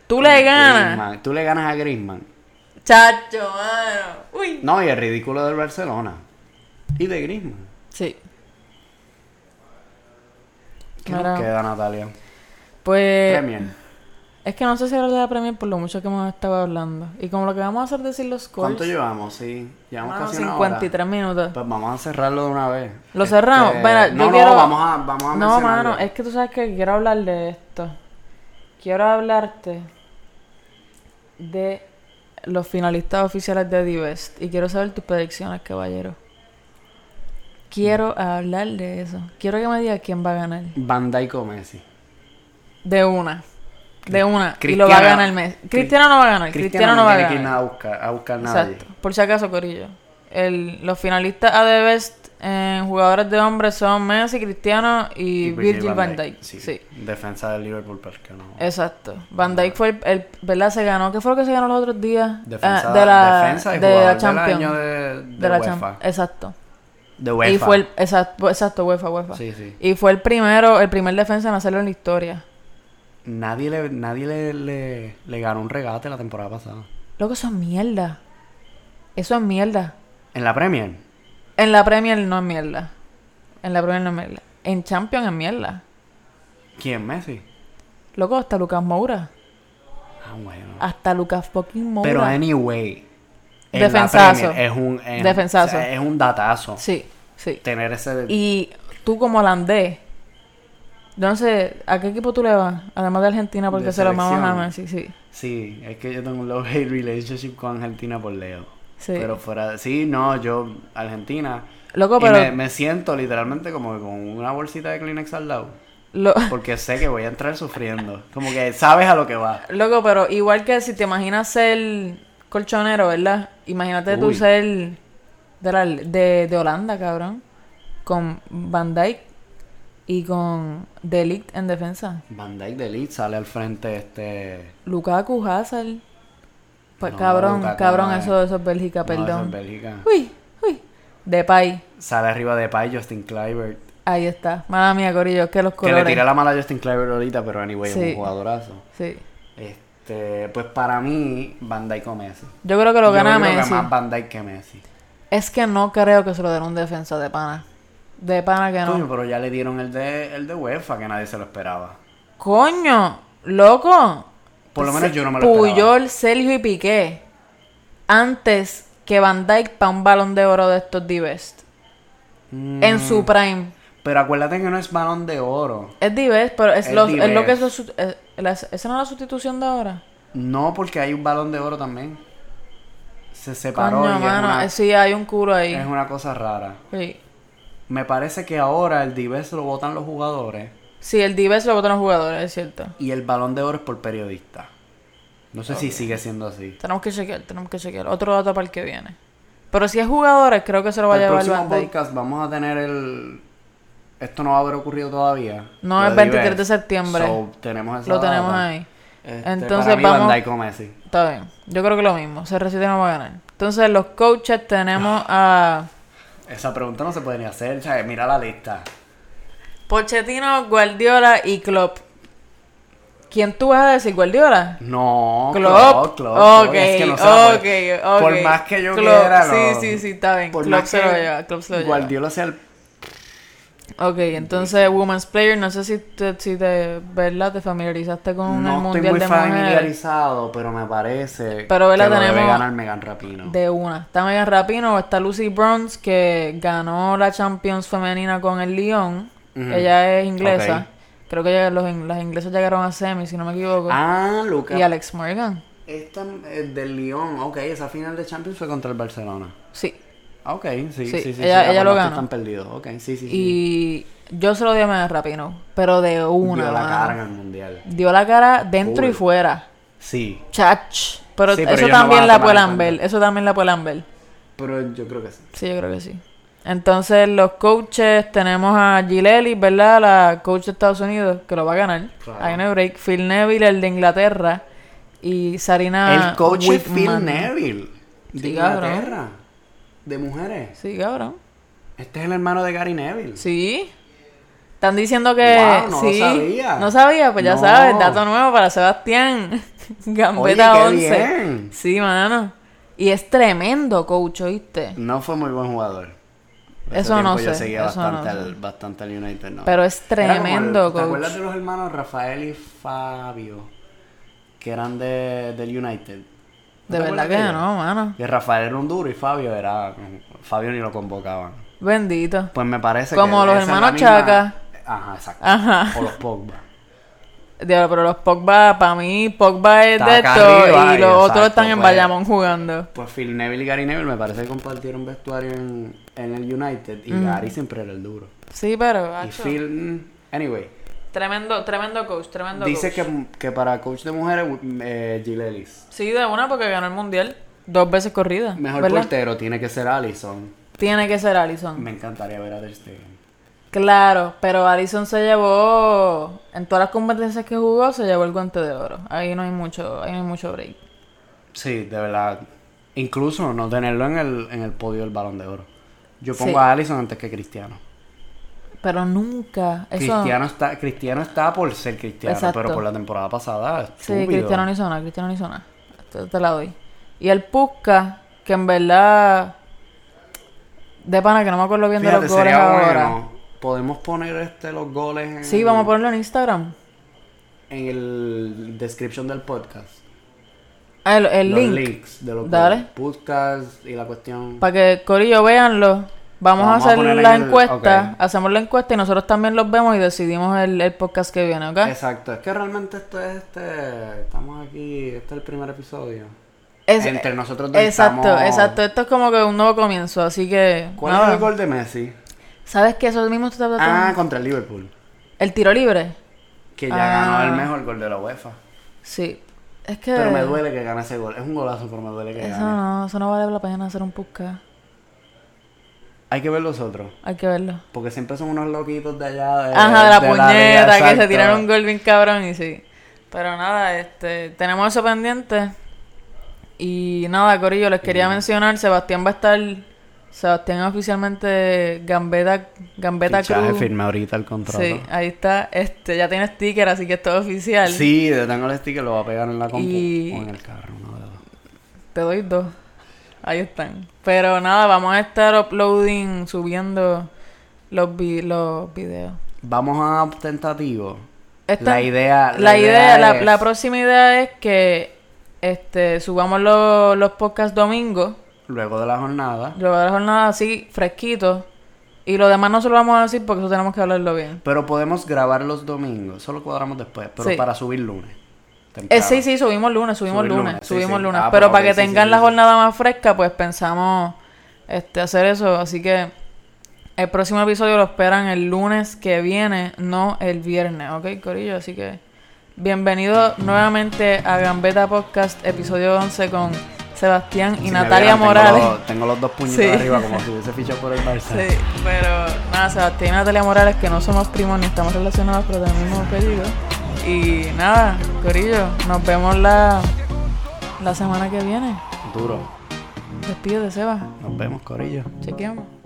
Speaker 1: Tú le ganas.
Speaker 2: Griezmann, Tú le ganas a Griezmann.
Speaker 1: Chacho, mano. Uy.
Speaker 2: No, y el ridículo del Barcelona. Y de Griezmann.
Speaker 1: Sí.
Speaker 2: ¿Qué
Speaker 1: Mira.
Speaker 2: nos queda, Natalia?
Speaker 1: Eh, Pues.
Speaker 2: Premier.
Speaker 1: Es que no sé si hablar de la Premier por lo mucho que hemos estado hablando. Y como lo que vamos a hacer decir los scores.
Speaker 2: ¿Cuánto llevamos? Sí, llevamos
Speaker 1: Mano,
Speaker 2: casi una hora.
Speaker 1: 53 minutos.
Speaker 2: Pues vamos a cerrarlo de una vez. Este,
Speaker 1: Lo cerramos. Mira, yo
Speaker 2: no,
Speaker 1: quiero-
Speaker 2: No, vamos a, vamos
Speaker 1: No,
Speaker 2: a mencionarlo.
Speaker 1: mano, es que tú sabes que quiero hablar de esto. Quiero hablarte de los finalistas oficiales de Divest. Y quiero saber tus predicciones, caballero. Quiero hablar de eso. Quiero que me digas quién va a ganar.
Speaker 2: Van Dijk o Messi.
Speaker 1: De una. De una. y
Speaker 2: Cristiano-
Speaker 1: lo va a ganar Messi. Cristiano no va a ganar. Cristiano, no va a
Speaker 2: tiene
Speaker 1: ganar.
Speaker 2: que ir nada a buscar, a buscar nada.
Speaker 1: Exacto. Por si acaso, Corillo. El, los finalistas a The Best en jugadores de hombres son Messi, Cristiano y, Virgil van Dijk.
Speaker 2: Sí.
Speaker 1: Sí. Eh,
Speaker 2: Defensa del Liverpool, porque no.
Speaker 1: Exacto. Van Dijk fue el, el- ¿Verdad? Se ganó. ¿Qué fue lo que se ganó los otros días?
Speaker 2: Defensa,
Speaker 1: Ah, de la,
Speaker 2: defensa y
Speaker 1: de
Speaker 2: jugador
Speaker 1: la Champions.
Speaker 2: del año de, de,
Speaker 1: De la
Speaker 2: UEFA.
Speaker 1: Champions. Exacto.
Speaker 2: De UEFA.
Speaker 1: Y fue el. Exacto, exacto UEFA, UEFA.
Speaker 2: Sí, sí.
Speaker 1: Y fue el primero, el primer defensa en hacerlo en la historia.
Speaker 2: Nadie, le, nadie le, le, le ganó un regate la temporada pasada.
Speaker 1: Loco, eso es mierda. Eso es mierda.
Speaker 2: En la Premier.
Speaker 1: En la Premier no es mierda. En la Premier no es mierda. En Champions es mierda.
Speaker 2: ¿Quién? Messi.
Speaker 1: Loco, hasta Lucas Moura.
Speaker 2: Ah, bueno.
Speaker 1: Hasta Lucas fucking Moura.
Speaker 2: Pero anyway. en la
Speaker 1: Defensazo.
Speaker 2: Premier es un en-
Speaker 1: Defensazo.
Speaker 2: o sea, es un datazo.
Speaker 1: Sí, sí.
Speaker 2: Tener ese
Speaker 1: Y tú como holandés, yo no sé, ¿a qué equipo tú le vas? Además de Argentina, porque
Speaker 2: De
Speaker 1: se lo mamas a
Speaker 2: selección.
Speaker 1: Messi, sí.
Speaker 2: Sí, es que yo tengo un love hate relationship con Argentina por Leo.
Speaker 1: Sí.
Speaker 2: Pero fuera, sí, no, yo Argentina
Speaker 1: Loco,
Speaker 2: y
Speaker 1: pero...
Speaker 2: me, me siento literalmente como que con una bolsita de Kleenex al lado,
Speaker 1: lo-
Speaker 2: porque sé que voy a entrar sufriendo, como que sabes a lo que va.
Speaker 1: Loco, pero igual que si te imaginas ser colchonero, ¿verdad? Imagínate tú
Speaker 2: Uy.
Speaker 1: ser de, la- de, de Holanda, cabrón. Con Van Dijk y con De Ligt en defensa.
Speaker 2: Van Dijk de Leeds sale al frente este
Speaker 1: Lukaku, Hazard. Pues
Speaker 2: No,
Speaker 1: cabrón,
Speaker 2: Lukaku
Speaker 1: cabrón,
Speaker 2: no es.
Speaker 1: eso, eso es Bélgica,
Speaker 2: no, eso es
Speaker 1: perdón.
Speaker 2: Bélgica.
Speaker 1: uy, uy. Depay.
Speaker 2: Sale arriba de Pay Justin Kluivert,
Speaker 1: Ahí está. Mala mía, Corillo, es que los
Speaker 2: que le tira
Speaker 1: colores.
Speaker 2: la mala a Justin Kluivert ahorita, pero anyway es
Speaker 1: Sí.
Speaker 2: un jugadorazo.
Speaker 1: Sí.
Speaker 2: Este, pues para mí Van Dijk o Messi.
Speaker 1: Yo creo que lo
Speaker 2: Yo
Speaker 1: gana
Speaker 2: creo que
Speaker 1: Messi.
Speaker 2: más Van Dijk que Messi.
Speaker 1: Es que no creo que se lo den un defensa de pana. De pana que no.
Speaker 2: Coño, pero ya le dieron el de, el de UEFA que nadie se lo esperaba.
Speaker 1: Coño, loco.
Speaker 2: Por lo menos
Speaker 1: Se-
Speaker 2: yo no me lo esperaba.
Speaker 1: Puyol, Sergio y Piqué. Antes que Van Dyke para un balón de oro de estos D-Best.
Speaker 2: Mm,
Speaker 1: En su prime.
Speaker 2: Pero acuérdate que no es balón de oro.
Speaker 1: Es D-Best, pero es,
Speaker 2: Es
Speaker 1: los- es lo
Speaker 2: D-Best.
Speaker 1: que es. lo su- eh, la- ¿Esa no es la sustitución de ahora?
Speaker 2: No, porque hay un balón de oro también. Se separó
Speaker 1: Coño,
Speaker 2: y es
Speaker 1: mano.
Speaker 2: una,
Speaker 1: eh, Sí, hay un culo ahí.
Speaker 2: es una cosa rara.
Speaker 1: Sí.
Speaker 2: Me parece que ahora el Dives lo votan los jugadores
Speaker 1: Sí, el D-Best lo votan los jugadores, es cierto.
Speaker 2: y el balón de oro es por periodista. No sé si sigue siendo así.
Speaker 1: Tenemos que chequear, tenemos que chequear. Otro dato para el que viene. Pero si es jugadores, creo que se lo va a
Speaker 2: Para el
Speaker 1: llevar
Speaker 2: próximo
Speaker 1: Van Dyke.
Speaker 2: podcast vamos a tener el... Esto no va a haber ocurrido todavía.
Speaker 1: No,
Speaker 2: Lo
Speaker 1: es
Speaker 2: de
Speaker 1: 23 de
Speaker 2: Dives.
Speaker 1: septiembre.
Speaker 2: So, tenemos esa
Speaker 1: Lo tenemos
Speaker 2: data.
Speaker 1: ahí.
Speaker 2: Este,
Speaker 1: Entonces
Speaker 2: para mí
Speaker 1: vamos-
Speaker 2: Van Dijk o Messi.
Speaker 1: Está bien. Yo creo que lo mismo. CR7 no va a ganar. Entonces, los coaches tenemos a
Speaker 2: Esa pregunta no se puede ni hacer. o sea, Mira la lista.
Speaker 1: Pochettino, Guardiola y Klopp. ¿Quién tú vas a decir? ¿Guardiola?
Speaker 2: No,
Speaker 1: Klopp.
Speaker 2: Klopp, Klopp, Klopp.
Speaker 1: Ok,
Speaker 2: Es que no se la
Speaker 1: ok,
Speaker 2: puede-
Speaker 1: ok.
Speaker 2: Por más que yo
Speaker 1: Klopp.
Speaker 2: quiera,
Speaker 1: Sí,
Speaker 2: no.
Speaker 1: sí, sí, está bien.
Speaker 2: Por
Speaker 1: Klopp
Speaker 2: más
Speaker 1: se
Speaker 2: que
Speaker 1: lo lleva, Klopp se lo lleva.
Speaker 2: Guardiola sea el...
Speaker 1: Ok, entonces, Women's Player, no sé si te, si te, ¿verdad? te familiarizaste con el
Speaker 2: No estoy
Speaker 1: Mundial
Speaker 2: muy
Speaker 1: de Mujeres.
Speaker 2: familiarizado, pero me parece
Speaker 1: Pero, ¿verdad?
Speaker 2: que lo debe
Speaker 1: Tenemos-
Speaker 2: ganar Megan Rapino.
Speaker 1: De una. Está Megan Rapino, está Lucy Bronze, que ganó la Champions femenina con el Lyon.
Speaker 2: Ujú.
Speaker 1: Ella es inglesa.
Speaker 2: Ok.
Speaker 1: Creo que ya los, in- las inglesas llegaron a semi, si no me equivoco.
Speaker 2: Ah, Lucas.
Speaker 1: y Alex Morgan.
Speaker 2: Esta eh, del Lyon. Ok, esa final de Champions fue contra el Barcelona.
Speaker 1: Sí.
Speaker 2: Ah, Ok, sí, sí,
Speaker 1: Sí,
Speaker 2: sí. sí,
Speaker 1: ella-
Speaker 2: sí,
Speaker 1: ella lo
Speaker 2: aparte
Speaker 1: ganó.
Speaker 2: Están perdidos. Ok, sí, sí, sí.
Speaker 1: Y yo se lo di a Megan Rapino, pero de una.
Speaker 2: Dio la
Speaker 1: mano.
Speaker 2: cara en el Mundial.
Speaker 1: Dio la cara dentro y
Speaker 2: Full.
Speaker 1: fuera.
Speaker 2: Sí,
Speaker 1: Chach. Pero,
Speaker 2: Sí, pero
Speaker 1: eso
Speaker 2: ellos no
Speaker 1: también
Speaker 2: van a
Speaker 1: la
Speaker 2: tomar en
Speaker 1: pueden
Speaker 2: cuenta.
Speaker 1: ver. Eso también la pueden ver.
Speaker 2: pero yo creo que sí.
Speaker 1: Sí, yo creo que sí. Entonces, los coaches, tenemos a Gileli, ¿verdad? La coach de Estados Unidos, que lo va a ganar.
Speaker 2: Claro.
Speaker 1: Hay un break. Phil Neville, el de Inglaterra. Y Sarina.
Speaker 2: el coach es Phil
Speaker 1: Whitman.
Speaker 2: Neville. De
Speaker 1: Sí, cabrón.
Speaker 2: Inglaterra. De mujeres.
Speaker 1: Sí, cabrón.
Speaker 2: Este es el hermano de Gary Neville.
Speaker 1: Sí. Están diciendo que.
Speaker 2: Guau, no
Speaker 1: sí.
Speaker 2: sabía.
Speaker 1: No sabía, pues ya
Speaker 2: No.
Speaker 1: sabes. Dato nuevo para Sebastián. Gambeta
Speaker 2: Oye, qué
Speaker 1: 11.
Speaker 2: bien.
Speaker 1: Sí, mano. Y es tremendo, coach, ¿oíste?
Speaker 2: No fue muy buen jugador. Ese
Speaker 1: Eso no
Speaker 2: tiempo Yo
Speaker 1: sé,
Speaker 2: seguía
Speaker 1: eso
Speaker 2: bastante,
Speaker 1: no sé.
Speaker 2: al, bastante al United, ¿no?
Speaker 1: Pero es
Speaker 2: Era como el-
Speaker 1: tremendo,
Speaker 2: ¿Te
Speaker 1: coach.
Speaker 2: acuerdas de los hermanos Rafael y Fabio? Que eran de, del United. ¿No
Speaker 1: De
Speaker 2: te
Speaker 1: verdad
Speaker 2: acuerdas
Speaker 1: que
Speaker 2: ellos?
Speaker 1: no, mano.
Speaker 2: Que Rafael era un duro y Fabio era. Fabio ni lo convocaban.
Speaker 1: Bendito.
Speaker 2: Pues me parece
Speaker 1: Como
Speaker 2: que.
Speaker 1: los
Speaker 2: esa es la
Speaker 1: hermanos
Speaker 2: misma-
Speaker 1: Chaca.
Speaker 2: Ajá, exacto.
Speaker 1: Ajá.
Speaker 2: O los Pogba.
Speaker 1: Diablo, pero los Pogba, para mí, Pogba es
Speaker 2: Está
Speaker 1: de
Speaker 2: acá
Speaker 1: esto
Speaker 2: arriba,
Speaker 1: y
Speaker 2: y
Speaker 1: los
Speaker 2: exacto,
Speaker 1: otros están en
Speaker 2: pues.
Speaker 1: Bayamón jugando.
Speaker 2: Pues Phil Neville y Gary Neville me parece que compartieron vestuario en, en el United
Speaker 1: Mm.
Speaker 2: y Gary siempre era el duro.
Speaker 1: Sí, pero,
Speaker 2: Y
Speaker 1: macho,
Speaker 2: Phil, mm, anyway,
Speaker 1: tremendo, tremendo coach, tremendo
Speaker 2: dice
Speaker 1: coach.
Speaker 2: que, que para coach de mujeres, eh, Jill Ellis.
Speaker 1: Sí, de una porque ganó el mundial dos veces corrida.
Speaker 2: Mejor
Speaker 1: ¿verdad?
Speaker 2: portero tiene que ser Allison.
Speaker 1: Tiene que ser Allison.
Speaker 2: Me encantaría ver a Ter Stegen.
Speaker 1: Claro, pero Allison se llevó, en todas las competencias que jugó, se llevó el guante de oro. Ahí no hay mucho, ahí no hay mucho break.
Speaker 2: Sí, de verdad. Incluso no tenerlo en el, en el podio del balón de oro. Yo pongo
Speaker 1: Sí.
Speaker 2: a Allison antes que Cristiano.
Speaker 1: Pero nunca, eso...
Speaker 2: Cristiano está, Cristiano está por ser Cristiano,
Speaker 1: Exacto.
Speaker 2: pero por la temporada pasada,
Speaker 1: Sí,
Speaker 2: estúpido.
Speaker 1: Cristiano ni zona, Cristiano ni zona. Te, te la doy. Y el Pusca, que en verdad De pana, que no me acuerdo bien de
Speaker 2: Fíjate,
Speaker 1: los goles
Speaker 2: sería
Speaker 1: ahora.
Speaker 2: bueno. Podemos poner este los goles en,
Speaker 1: Sí, vamos a ponerlo en Instagram.
Speaker 2: en el description del podcast.
Speaker 1: Ah, el, el
Speaker 2: los
Speaker 1: link.
Speaker 2: links de los
Speaker 1: Dale.
Speaker 2: goles. podcast y la cuestión.
Speaker 1: Para que Corillo veanlo. Vamos,
Speaker 2: Vamos a
Speaker 1: a hacer
Speaker 2: poner en
Speaker 1: la
Speaker 2: el-
Speaker 1: encuesta.
Speaker 2: ok.
Speaker 1: Hacemos la encuesta y nosotros también los vemos y decidimos el, el podcast que viene, ¿ok?
Speaker 2: Exacto, es que realmente esto es este. Estamos aquí, este es el primer episodio.
Speaker 1: Es-
Speaker 2: Entre nosotros dos
Speaker 1: exacto,
Speaker 2: estamos-
Speaker 1: exacto. Esto es como que un nuevo comienzo, así que.
Speaker 2: ¿Cuál
Speaker 1: nada.
Speaker 2: es el gol de Messi?
Speaker 1: ¿Sabes que eso mismo te está
Speaker 2: Ah, contra el Liverpool.
Speaker 1: El tiro libre.
Speaker 2: Que ya
Speaker 1: Ah.
Speaker 2: ganó el mejor gol de la UEFA.
Speaker 1: Sí. Es que.
Speaker 2: Pero me duele que gane ese gol. Es un golazo, pero me duele que
Speaker 1: Eso
Speaker 2: gane.
Speaker 1: no, eso no vale la pena hacer un podcast.
Speaker 2: Hay que ver los otros.
Speaker 1: Hay que verlo.
Speaker 2: Porque siempre son unos loquitos de allá. Eh, De,
Speaker 1: Ajá, de la
Speaker 2: liga,
Speaker 1: puñeta, que se
Speaker 2: exacto.
Speaker 1: tiraron un gol bien cabrón y sí. Pero nada, este, tenemos eso pendiente. Y nada, Corillo, les quería mencionar, Sebastián va a estar, Sebastián oficialmente Gambeta, Gambeta
Speaker 2: Fichaje,
Speaker 1: Cruz.
Speaker 2: firmé ahorita el contrato.
Speaker 1: Sí,
Speaker 2: Sí.
Speaker 1: ahí está, este, ya tiene sticker, así que es todo oficial.
Speaker 2: tengo el sticker, lo voy a pegar en la compu
Speaker 1: Y-
Speaker 2: o en el carro, no de dos.
Speaker 1: Te doy dos. Ahí están. Pero nada, vamos a estar uploading, subiendo los, vi- los videos.
Speaker 2: Vamos a tentativo.
Speaker 1: Esta-
Speaker 2: la idea.
Speaker 1: La idea, la,
Speaker 2: es-
Speaker 1: la próxima idea es que este, subamos los, los podcasts domingo,
Speaker 2: Luego de la jornada.
Speaker 1: luego de la jornada así, fresquito. Y lo demás no se lo vamos a decir porque eso tenemos que hablarlo bien.
Speaker 2: Pero podemos grabar los domingos. Solo cuadramos después. Pero
Speaker 1: Sí.
Speaker 2: para subir lunes. temprano.
Speaker 1: Eh, sí, sí, subimos lunes, subimos
Speaker 2: Subir
Speaker 1: lunes,
Speaker 2: lunes, sí,
Speaker 1: subimos
Speaker 2: sí.
Speaker 1: lunes.
Speaker 2: Ah,
Speaker 1: pero
Speaker 2: pues,
Speaker 1: para
Speaker 2: ok,
Speaker 1: que
Speaker 2: sí, sí,
Speaker 1: tengan
Speaker 2: sí,
Speaker 1: la
Speaker 2: sí.
Speaker 1: jornada más fresca, pues pensamos este, hacer eso. Así que el próximo episodio lo esperan el lunes que viene, no el viernes, ¿ok, Corillo? Así que bienvenido nuevamente a Gambeta Podcast, episodio 11 con Sebastián y
Speaker 2: Si me
Speaker 1: Natalia
Speaker 2: vieran,
Speaker 1: Morales.
Speaker 2: Tengo los, tengo los dos puñitos
Speaker 1: Sí.
Speaker 2: arriba como si hubiese fichado por el Barça.
Speaker 1: Sí, pero nada, Sebastián y Natalia Morales, que no somos primos ni estamos relacionados, pero tenemos el mismo apellido. Y nada, Corillo, nos vemos la, la semana que viene.
Speaker 2: Duro.
Speaker 1: Despídete, Seba.
Speaker 2: Nos vemos, Corillo.
Speaker 1: Chequeamos.